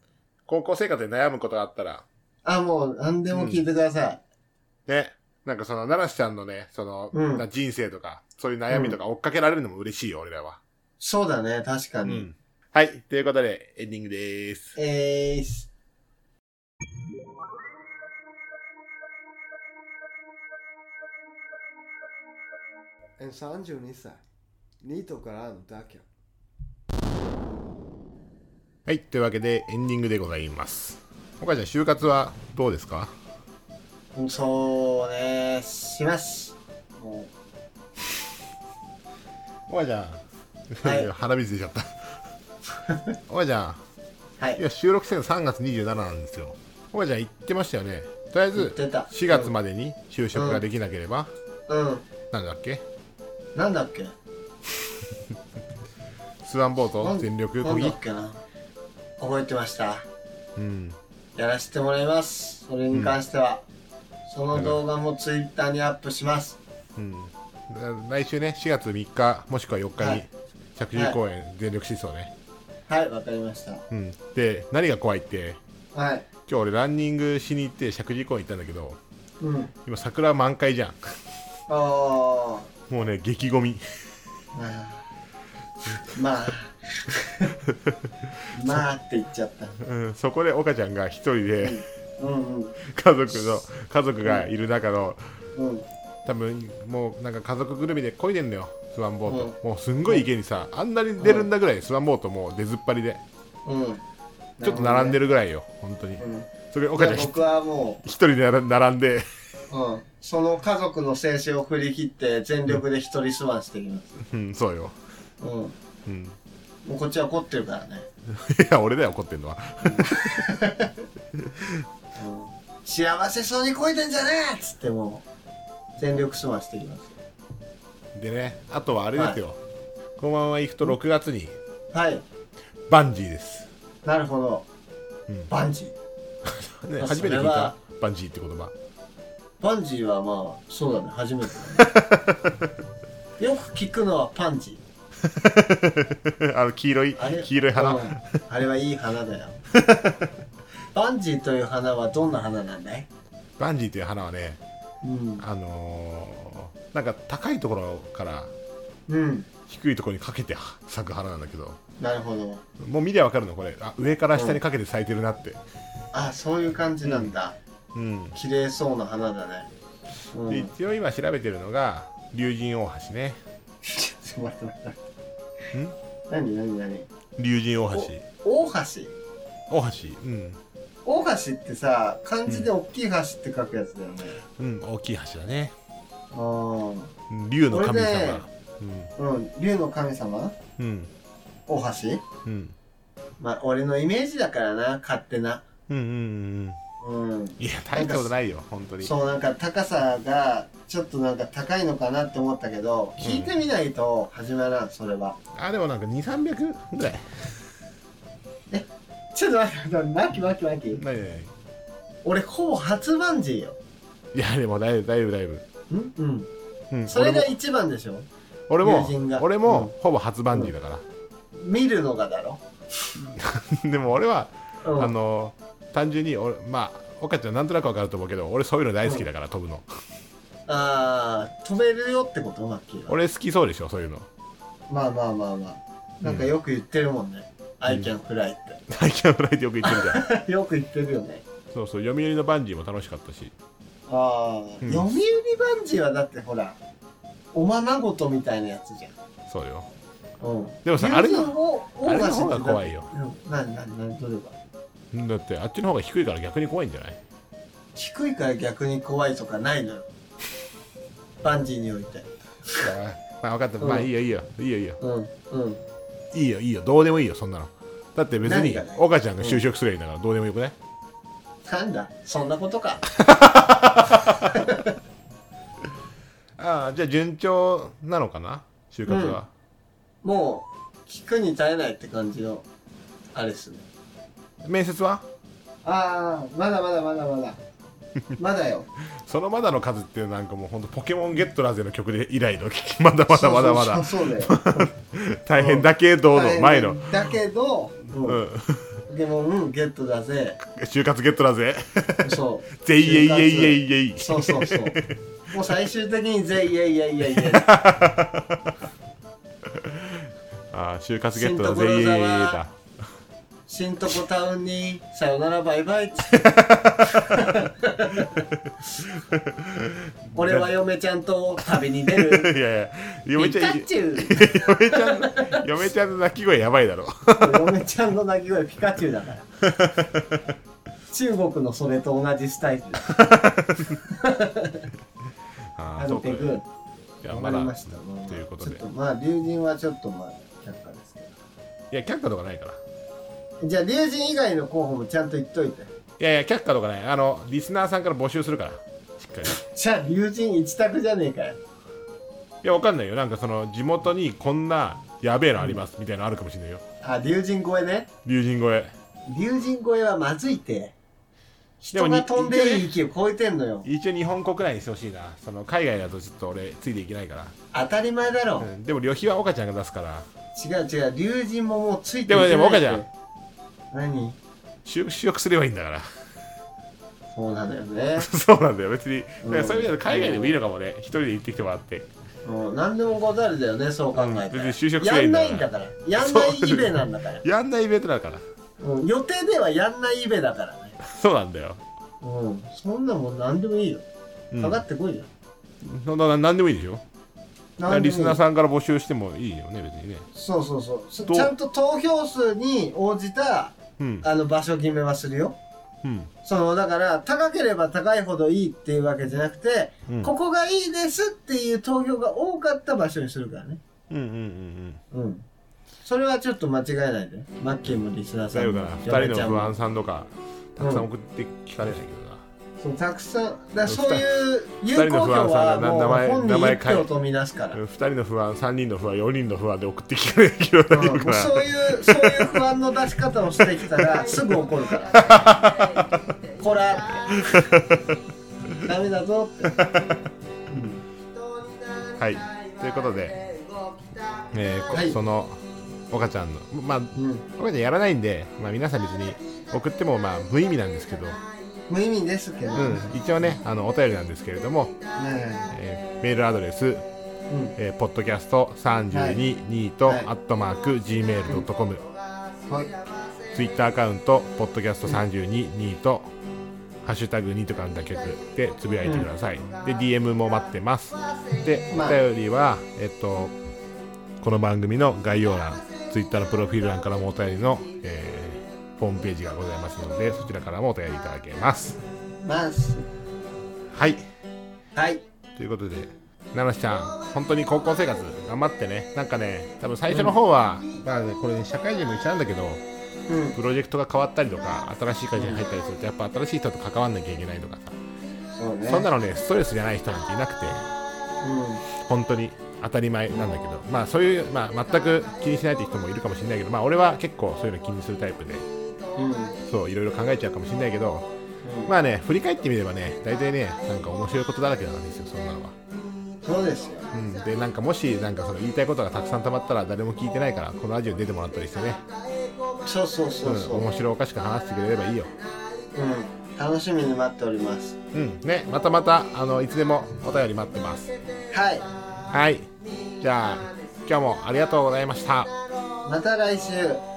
[SPEAKER 1] 高校生活で悩むことがあったら
[SPEAKER 2] あ、もう、何でも聞いてください。
[SPEAKER 1] ねなんかその奈良ちゃんのねその、
[SPEAKER 2] うん
[SPEAKER 1] な人生とかそういう悩みとか追っかけられるのも嬉しいよ俺らは
[SPEAKER 2] そうだね、確か
[SPEAKER 1] う
[SPEAKER 2] に。
[SPEAKER 1] んはいということでエンディングです
[SPEAKER 2] えーす。
[SPEAKER 4] 32歳ニートからの脱却
[SPEAKER 1] はいというわけでエンディングでございます岡ちゃん就活はどうですか
[SPEAKER 2] そうね、します。も
[SPEAKER 1] 岡 *laughs* ちゃん、
[SPEAKER 2] はい
[SPEAKER 1] 鼻水出ちゃった *laughs* 岡ちゃ
[SPEAKER 2] うは
[SPEAKER 1] んい
[SPEAKER 2] い。
[SPEAKER 1] や収録してるの3月27なんですよ岡ちゃん言ってましたよねとりあえ
[SPEAKER 2] 言っ
[SPEAKER 1] ず
[SPEAKER 2] てた。
[SPEAKER 1] 4月までに就職ができなければ、
[SPEAKER 2] うん。
[SPEAKER 1] なんだっけ
[SPEAKER 2] なんだっけ
[SPEAKER 1] スワンボー
[SPEAKER 2] な
[SPEAKER 1] ト
[SPEAKER 2] ん
[SPEAKER 1] 全力
[SPEAKER 2] な
[SPEAKER 1] こ
[SPEAKER 2] んだ
[SPEAKER 1] ぎ
[SPEAKER 2] っけな覚えてました。
[SPEAKER 1] うん
[SPEAKER 2] やらせてもらいます。それに関しては。その動画もツイッターにアップします。
[SPEAKER 1] うんだ来週ね4月3日もしくは4日
[SPEAKER 2] は
[SPEAKER 1] に
[SPEAKER 2] い
[SPEAKER 1] 着重公演全力疾走ね、
[SPEAKER 2] はい、わかりました。
[SPEAKER 1] うん、で何が怖いって
[SPEAKER 2] はい。
[SPEAKER 1] 今日俺ランニングしに行って石神井公園行ったんだけど
[SPEAKER 2] うん。
[SPEAKER 1] 今桜満開じゃん *laughs*
[SPEAKER 2] あ
[SPEAKER 1] もうね激ゴミ
[SPEAKER 2] あ。まあ。まあ。まあって言っちゃった。
[SPEAKER 1] うん、そこで岡ちゃんが一人で
[SPEAKER 2] うんうん。
[SPEAKER 1] 家族の家族がいる中の
[SPEAKER 2] うん。
[SPEAKER 1] 多分もうなんか家族ぐるみで漕いでんのよスワンボート、
[SPEAKER 2] う
[SPEAKER 1] もうすんごい池にさあんなに出るんだぐらいスワンボートもう出ずっぱりで
[SPEAKER 2] うん。
[SPEAKER 1] ちょっと並んで
[SPEAKER 2] る
[SPEAKER 1] るぐらいよ本当に
[SPEAKER 2] ほどね。うん
[SPEAKER 1] それ岡
[SPEAKER 2] じゃ
[SPEAKER 1] ちゃ
[SPEAKER 2] あ
[SPEAKER 1] んひ
[SPEAKER 2] 僕はも
[SPEAKER 1] 一人で並並んで
[SPEAKER 2] う、うん、その家族の精神を振り切って全力で一人スワンしてきます。
[SPEAKER 1] うんそうよ、 *laughs*
[SPEAKER 2] うん。も
[SPEAKER 1] うん、
[SPEAKER 2] うこっちは怒ってるからね。
[SPEAKER 1] いや俺だよ怒ってんのは
[SPEAKER 2] うん、幸せそうにこいでんじゃねえっつってもう、全力スワンしてきます。
[SPEAKER 1] でねあとはあれですよ、このまま行くと6月に
[SPEAKER 2] はい。
[SPEAKER 1] バンジーです、
[SPEAKER 2] なるほど。
[SPEAKER 1] うん
[SPEAKER 2] バンジー。
[SPEAKER 1] ね、
[SPEAKER 2] まあ
[SPEAKER 1] 初めて聞
[SPEAKER 2] そ
[SPEAKER 1] い
[SPEAKER 2] れ
[SPEAKER 1] た
[SPEAKER 2] は
[SPEAKER 1] バンジーって言葉
[SPEAKER 2] バンジーはまあ、そうだね。初めて
[SPEAKER 1] *laughs*
[SPEAKER 2] だね。よく聞くのはパンジ
[SPEAKER 1] *laughs* あの黄色い
[SPEAKER 2] ー。あれ
[SPEAKER 1] 黄色い花、
[SPEAKER 2] うんあれはいい
[SPEAKER 1] *laughs*
[SPEAKER 2] 花だよ。バンジーという花はどんな花なんだい
[SPEAKER 1] バンジーという花はね
[SPEAKER 2] うん。
[SPEAKER 1] あのーなんか高いところから
[SPEAKER 2] うん。
[SPEAKER 1] 低いところにかけて咲く花なんだけど
[SPEAKER 2] なるほど。
[SPEAKER 1] もう見りゃわかるのこれあ上から下にかけて咲いてるなって
[SPEAKER 2] あそういう感じなんだ、
[SPEAKER 1] うん、
[SPEAKER 2] 綺麗そうな花だね、うん、
[SPEAKER 1] で
[SPEAKER 2] *laughs* ち
[SPEAKER 1] 一
[SPEAKER 2] ょ
[SPEAKER 1] 応今調べてるのが竜神大橋ね
[SPEAKER 2] っと待って待って何何何
[SPEAKER 1] 竜神大
[SPEAKER 2] 大橋
[SPEAKER 1] 橋大橋うん
[SPEAKER 2] 大橋ってさ漢字で大きい橋って書くやつだよね、
[SPEAKER 1] うん大きい橋だね
[SPEAKER 2] うん、あ
[SPEAKER 1] 竜の神
[SPEAKER 2] これね
[SPEAKER 1] 様うん
[SPEAKER 2] あうん竜の神様
[SPEAKER 1] うん
[SPEAKER 2] 大橋
[SPEAKER 1] うん
[SPEAKER 2] まあ俺のイメージだからな勝手な
[SPEAKER 1] うんうんうん
[SPEAKER 2] うん
[SPEAKER 1] いや大したことないよ本当に
[SPEAKER 2] そうなんか高さがちょっとなんか高いのかなって思ったけど
[SPEAKER 1] ん
[SPEAKER 2] 聞いてみないと始まらんそれは
[SPEAKER 1] あでもなんか2300ぐらい
[SPEAKER 2] ちょっと待って待って待って待って待って
[SPEAKER 1] ないないない
[SPEAKER 2] 俺ほぼ初バンジーよ
[SPEAKER 1] いやでもだいぶだいぶだいぶ、
[SPEAKER 2] んうん
[SPEAKER 1] うん、
[SPEAKER 2] それが一番でしょ
[SPEAKER 1] 俺も
[SPEAKER 2] 友人が
[SPEAKER 1] 俺もほぼ初バンジーだから、
[SPEAKER 2] 見るのがだろ、
[SPEAKER 1] *laughs* でも俺は、
[SPEAKER 2] うん、
[SPEAKER 1] あの単純に俺まあ岡ちゃんなんとなくわかると思うけど俺そういうの大好きだから、飛ぶの
[SPEAKER 2] あー飛べるよってことマッキーは
[SPEAKER 1] 俺好きそうでしょそういうの
[SPEAKER 2] まあまあまあまあなんかよく言ってるもんね「I can fly」っ
[SPEAKER 1] 最近のフライってよく言ってる
[SPEAKER 2] *laughs*
[SPEAKER 1] じゃん
[SPEAKER 2] てよく言ってるよね
[SPEAKER 1] そうそう読売のバンジーも楽しかったし
[SPEAKER 2] ああ、
[SPEAKER 1] うん
[SPEAKER 2] 読売バンジーはだってほらおままごとみたいなやつじゃん
[SPEAKER 1] そうよ
[SPEAKER 2] うん
[SPEAKER 1] でもさあれの
[SPEAKER 2] の
[SPEAKER 1] あれの方が怖いよ
[SPEAKER 2] うん何何何どれが
[SPEAKER 1] だってあっちの方が低いから逆に怖いんじゃない
[SPEAKER 2] 低いから逆に怖いとかないのよバンジーにおいて
[SPEAKER 1] まあ分かった、まあいいよいいよいいよいいよ
[SPEAKER 2] うんうん
[SPEAKER 1] いいよいいよどうでもいいよそんなのだって別に
[SPEAKER 2] 何がね
[SPEAKER 1] 岡ちゃんが就職すればいいんだから、どうでもよくない
[SPEAKER 2] なんだそんなことか
[SPEAKER 1] ああじゃあ順調なのかな就活は、
[SPEAKER 2] もう聞くに耐えないって感じのあれですね
[SPEAKER 1] 面接は
[SPEAKER 2] ああまだまだまだまだ *laughs* まだよ
[SPEAKER 1] そのまだの数っていうなんかもうほんとポケモンゲットラゼの曲で以来の *laughs* まだまだまだまだ
[SPEAKER 2] そうそうそうそうだよ
[SPEAKER 1] 大変だけどの前の、
[SPEAKER 2] だけど、うん
[SPEAKER 1] うん、
[SPEAKER 2] ポケモンうんゲットだぜ
[SPEAKER 1] 就活ゲットラゼ *laughs*
[SPEAKER 2] そう
[SPEAKER 1] ぜいえいえいえ
[SPEAKER 2] い
[SPEAKER 1] いえい
[SPEAKER 2] そうそうそう
[SPEAKER 1] *laughs*
[SPEAKER 2] もう最終的にぜいえいえいえいえい
[SPEAKER 1] ああ就活ゲットだぜ
[SPEAKER 2] 新
[SPEAKER 1] いえいえい
[SPEAKER 2] 所
[SPEAKER 1] えい
[SPEAKER 2] 沢
[SPEAKER 1] だ
[SPEAKER 2] 新とこタウンにさよならバイバイっ
[SPEAKER 1] *laughs*
[SPEAKER 2] つって俺は嫁ちゃんと旅に出
[SPEAKER 1] いや
[SPEAKER 2] る
[SPEAKER 1] いや *laughs* 嫁
[SPEAKER 2] ピ
[SPEAKER 1] ちゃ
[SPEAKER 2] カ
[SPEAKER 1] ん
[SPEAKER 2] チュウ
[SPEAKER 1] 嫁ちゃんの嫁ちゃんの鳴き声やばいだろ
[SPEAKER 2] 嫁ちゃんの鳴き声ピカチュウだから
[SPEAKER 1] *laughs*
[SPEAKER 2] 中国のそれと同じスタイル
[SPEAKER 1] あ
[SPEAKER 2] あのペグ
[SPEAKER 1] いや
[SPEAKER 2] わ
[SPEAKER 1] ま
[SPEAKER 2] かりま
[SPEAKER 1] だ
[SPEAKER 2] したまあまあ
[SPEAKER 1] ということ
[SPEAKER 2] ち
[SPEAKER 1] で
[SPEAKER 2] ょっとまあ龍神はちょっとまあ却下ですけ
[SPEAKER 1] いや却下とかないから
[SPEAKER 2] どじゃあ龍神以外の候補もちゃんと言っといて
[SPEAKER 1] いやいや却下とかないあのリスナーさんから募集するからしっかり
[SPEAKER 2] じゃあ龍神一択じゃねえかよ
[SPEAKER 1] いやわかんないよなんかその地元にこんなやべえのありますみたいなのあるかもしれないよ
[SPEAKER 2] あ龍神越えね
[SPEAKER 1] 龍神越
[SPEAKER 2] 龍神越えはまずいって
[SPEAKER 1] で
[SPEAKER 2] 人
[SPEAKER 1] も
[SPEAKER 2] が飛んでいい域を超えてんのよ
[SPEAKER 1] え一応日本国内にしてほしいなその海外だとちょっと俺ついていけないから、
[SPEAKER 2] 当たり前だろ、
[SPEAKER 1] うん、でも旅費は岡ちゃんが出すから
[SPEAKER 2] 違う違う龍神ももうついて
[SPEAKER 1] で
[SPEAKER 2] いけ
[SPEAKER 1] も
[SPEAKER 2] ないって
[SPEAKER 1] でも岡ちゃん
[SPEAKER 2] 何
[SPEAKER 1] *laughs* 就職すればいいんだから
[SPEAKER 2] そうなのよね
[SPEAKER 1] そうなんだよ別にだ
[SPEAKER 2] うん
[SPEAKER 1] からそういう意味では海外でもいいのかもね一人で行ってきてもらって
[SPEAKER 2] もう何でもござるだよねそう考えたら、
[SPEAKER 1] うん別に就職すりゃ
[SPEAKER 2] や
[SPEAKER 1] いいん
[SPEAKER 2] ん
[SPEAKER 1] だか
[SPEAKER 2] な
[SPEAKER 1] ら
[SPEAKER 2] いんだからやんないイベなんだから
[SPEAKER 1] やんないイベントだから *laughs*
[SPEAKER 2] うん、予定ではやんないイベだからね。
[SPEAKER 1] そうなんだよ
[SPEAKER 2] うん、そんなもん何でもいいよ。
[SPEAKER 1] うん
[SPEAKER 2] かかってこいよ。
[SPEAKER 1] そんな何でもいいでしょだから
[SPEAKER 2] 何で
[SPEAKER 1] リ
[SPEAKER 2] も
[SPEAKER 1] ス
[SPEAKER 2] いい
[SPEAKER 1] ナーさんから募集してもいいよね別にね
[SPEAKER 2] そうそうそうそ。
[SPEAKER 1] どう
[SPEAKER 2] ちゃんと投票数に応じた
[SPEAKER 1] うん
[SPEAKER 2] あの場所決めはするよ。
[SPEAKER 1] うん
[SPEAKER 2] そのだから高ければ高いほどいいっていうわけじゃなくて、
[SPEAKER 1] うん
[SPEAKER 2] ここがいいですっていう投票が多かった場所にするからね。
[SPEAKER 1] うんうんうん
[SPEAKER 2] うん。それはちょっと間違えないで。マッキーもリスナーさ
[SPEAKER 1] 最
[SPEAKER 2] ん
[SPEAKER 1] 後
[SPEAKER 2] も
[SPEAKER 1] から2
[SPEAKER 2] ヨネ
[SPEAKER 1] 人
[SPEAKER 2] ちゃ
[SPEAKER 1] の
[SPEAKER 2] んも
[SPEAKER 1] 不安さんとかたくさん送って聞かれないけどな、
[SPEAKER 2] そうたくさん。だからそういう有
[SPEAKER 1] 人
[SPEAKER 2] 効票
[SPEAKER 1] 二人の不安さ
[SPEAKER 2] はもう
[SPEAKER 1] んが名前
[SPEAKER 2] 本人
[SPEAKER 1] 名前
[SPEAKER 2] 一
[SPEAKER 1] 変え
[SPEAKER 2] 票と見なすから。
[SPEAKER 1] 2人の不安3人の不安4人の不安で送って聞かれないけど
[SPEAKER 2] うん
[SPEAKER 1] 大丈夫
[SPEAKER 2] もうそう
[SPEAKER 1] か
[SPEAKER 2] いうそういう不安の出し方をしてき
[SPEAKER 1] *laughs*
[SPEAKER 2] たらすぐ怒るからこらダメだぞって
[SPEAKER 1] なはいということで、 *laughs* えーこ
[SPEAKER 2] はい
[SPEAKER 1] その岡ちゃんのまあ
[SPEAKER 2] うん
[SPEAKER 1] 岡ちゃんやらないんで、まあ、皆さん別に送ってもまあ無意味なんですけど、
[SPEAKER 2] 無意味ですけど、
[SPEAKER 1] うん、一応ねあのお便りなんですけれども、
[SPEAKER 2] ね
[SPEAKER 1] えーメールアドレス
[SPEAKER 2] えうん
[SPEAKER 1] えー、ポッドキャスト322と、
[SPEAKER 2] はい
[SPEAKER 1] アットマーク Gmail.com、
[SPEAKER 2] はい
[SPEAKER 1] ツイッターアカウント、ポッドキャスト322と、ハッシュタグ2とかの曲でつぶやいてください。で、DM も待ってます。で、
[SPEAKER 2] まあ
[SPEAKER 1] お便りは、えっと、この番組の概要欄、ツイッターのプロフィール欄からもお便りの、えーホームページがございますので、そちらからもお便りいただけます。
[SPEAKER 2] まあす
[SPEAKER 1] はい。
[SPEAKER 2] はい
[SPEAKER 1] ということで奈々ちゃん本当に高校生活頑張ってねなんかね多分最初の方は、まあねこれね社会人も一緒なんだけど
[SPEAKER 2] うん
[SPEAKER 1] プロジェクトが変わったりとか新しい会社に入ったりするとやっぱ新しい人と関わんなきゃいけないとかさ、
[SPEAKER 2] そうね
[SPEAKER 1] そんなのねストレスじゃない人なんていなくて本当に当たり前なんだけどまあそういう、まあ、全く気にしないって人もいるかもしれないけどまあ俺は結構そういうの気にするタイプで
[SPEAKER 2] うんうん
[SPEAKER 1] そういろいろ考えちゃうかもしれないけど
[SPEAKER 2] うん
[SPEAKER 1] まあね振り返ってみればね大体ねなんか面白いことだらけなんですよそんなのは。
[SPEAKER 2] そうですよ
[SPEAKER 1] うん、でなんかもしなんかその言いたいことがたくさんたまったら誰も聞いてないからこのラジオに出てもらったりしてね、
[SPEAKER 2] そうそうそうそう
[SPEAKER 1] うん、面白おかしく話してくれればいいよ、
[SPEAKER 2] うん楽しみに待っております
[SPEAKER 1] うんね、またまたあのいつでもお便り待ってます
[SPEAKER 2] はい
[SPEAKER 1] はいじゃあ今日もありがとうございました
[SPEAKER 2] また来週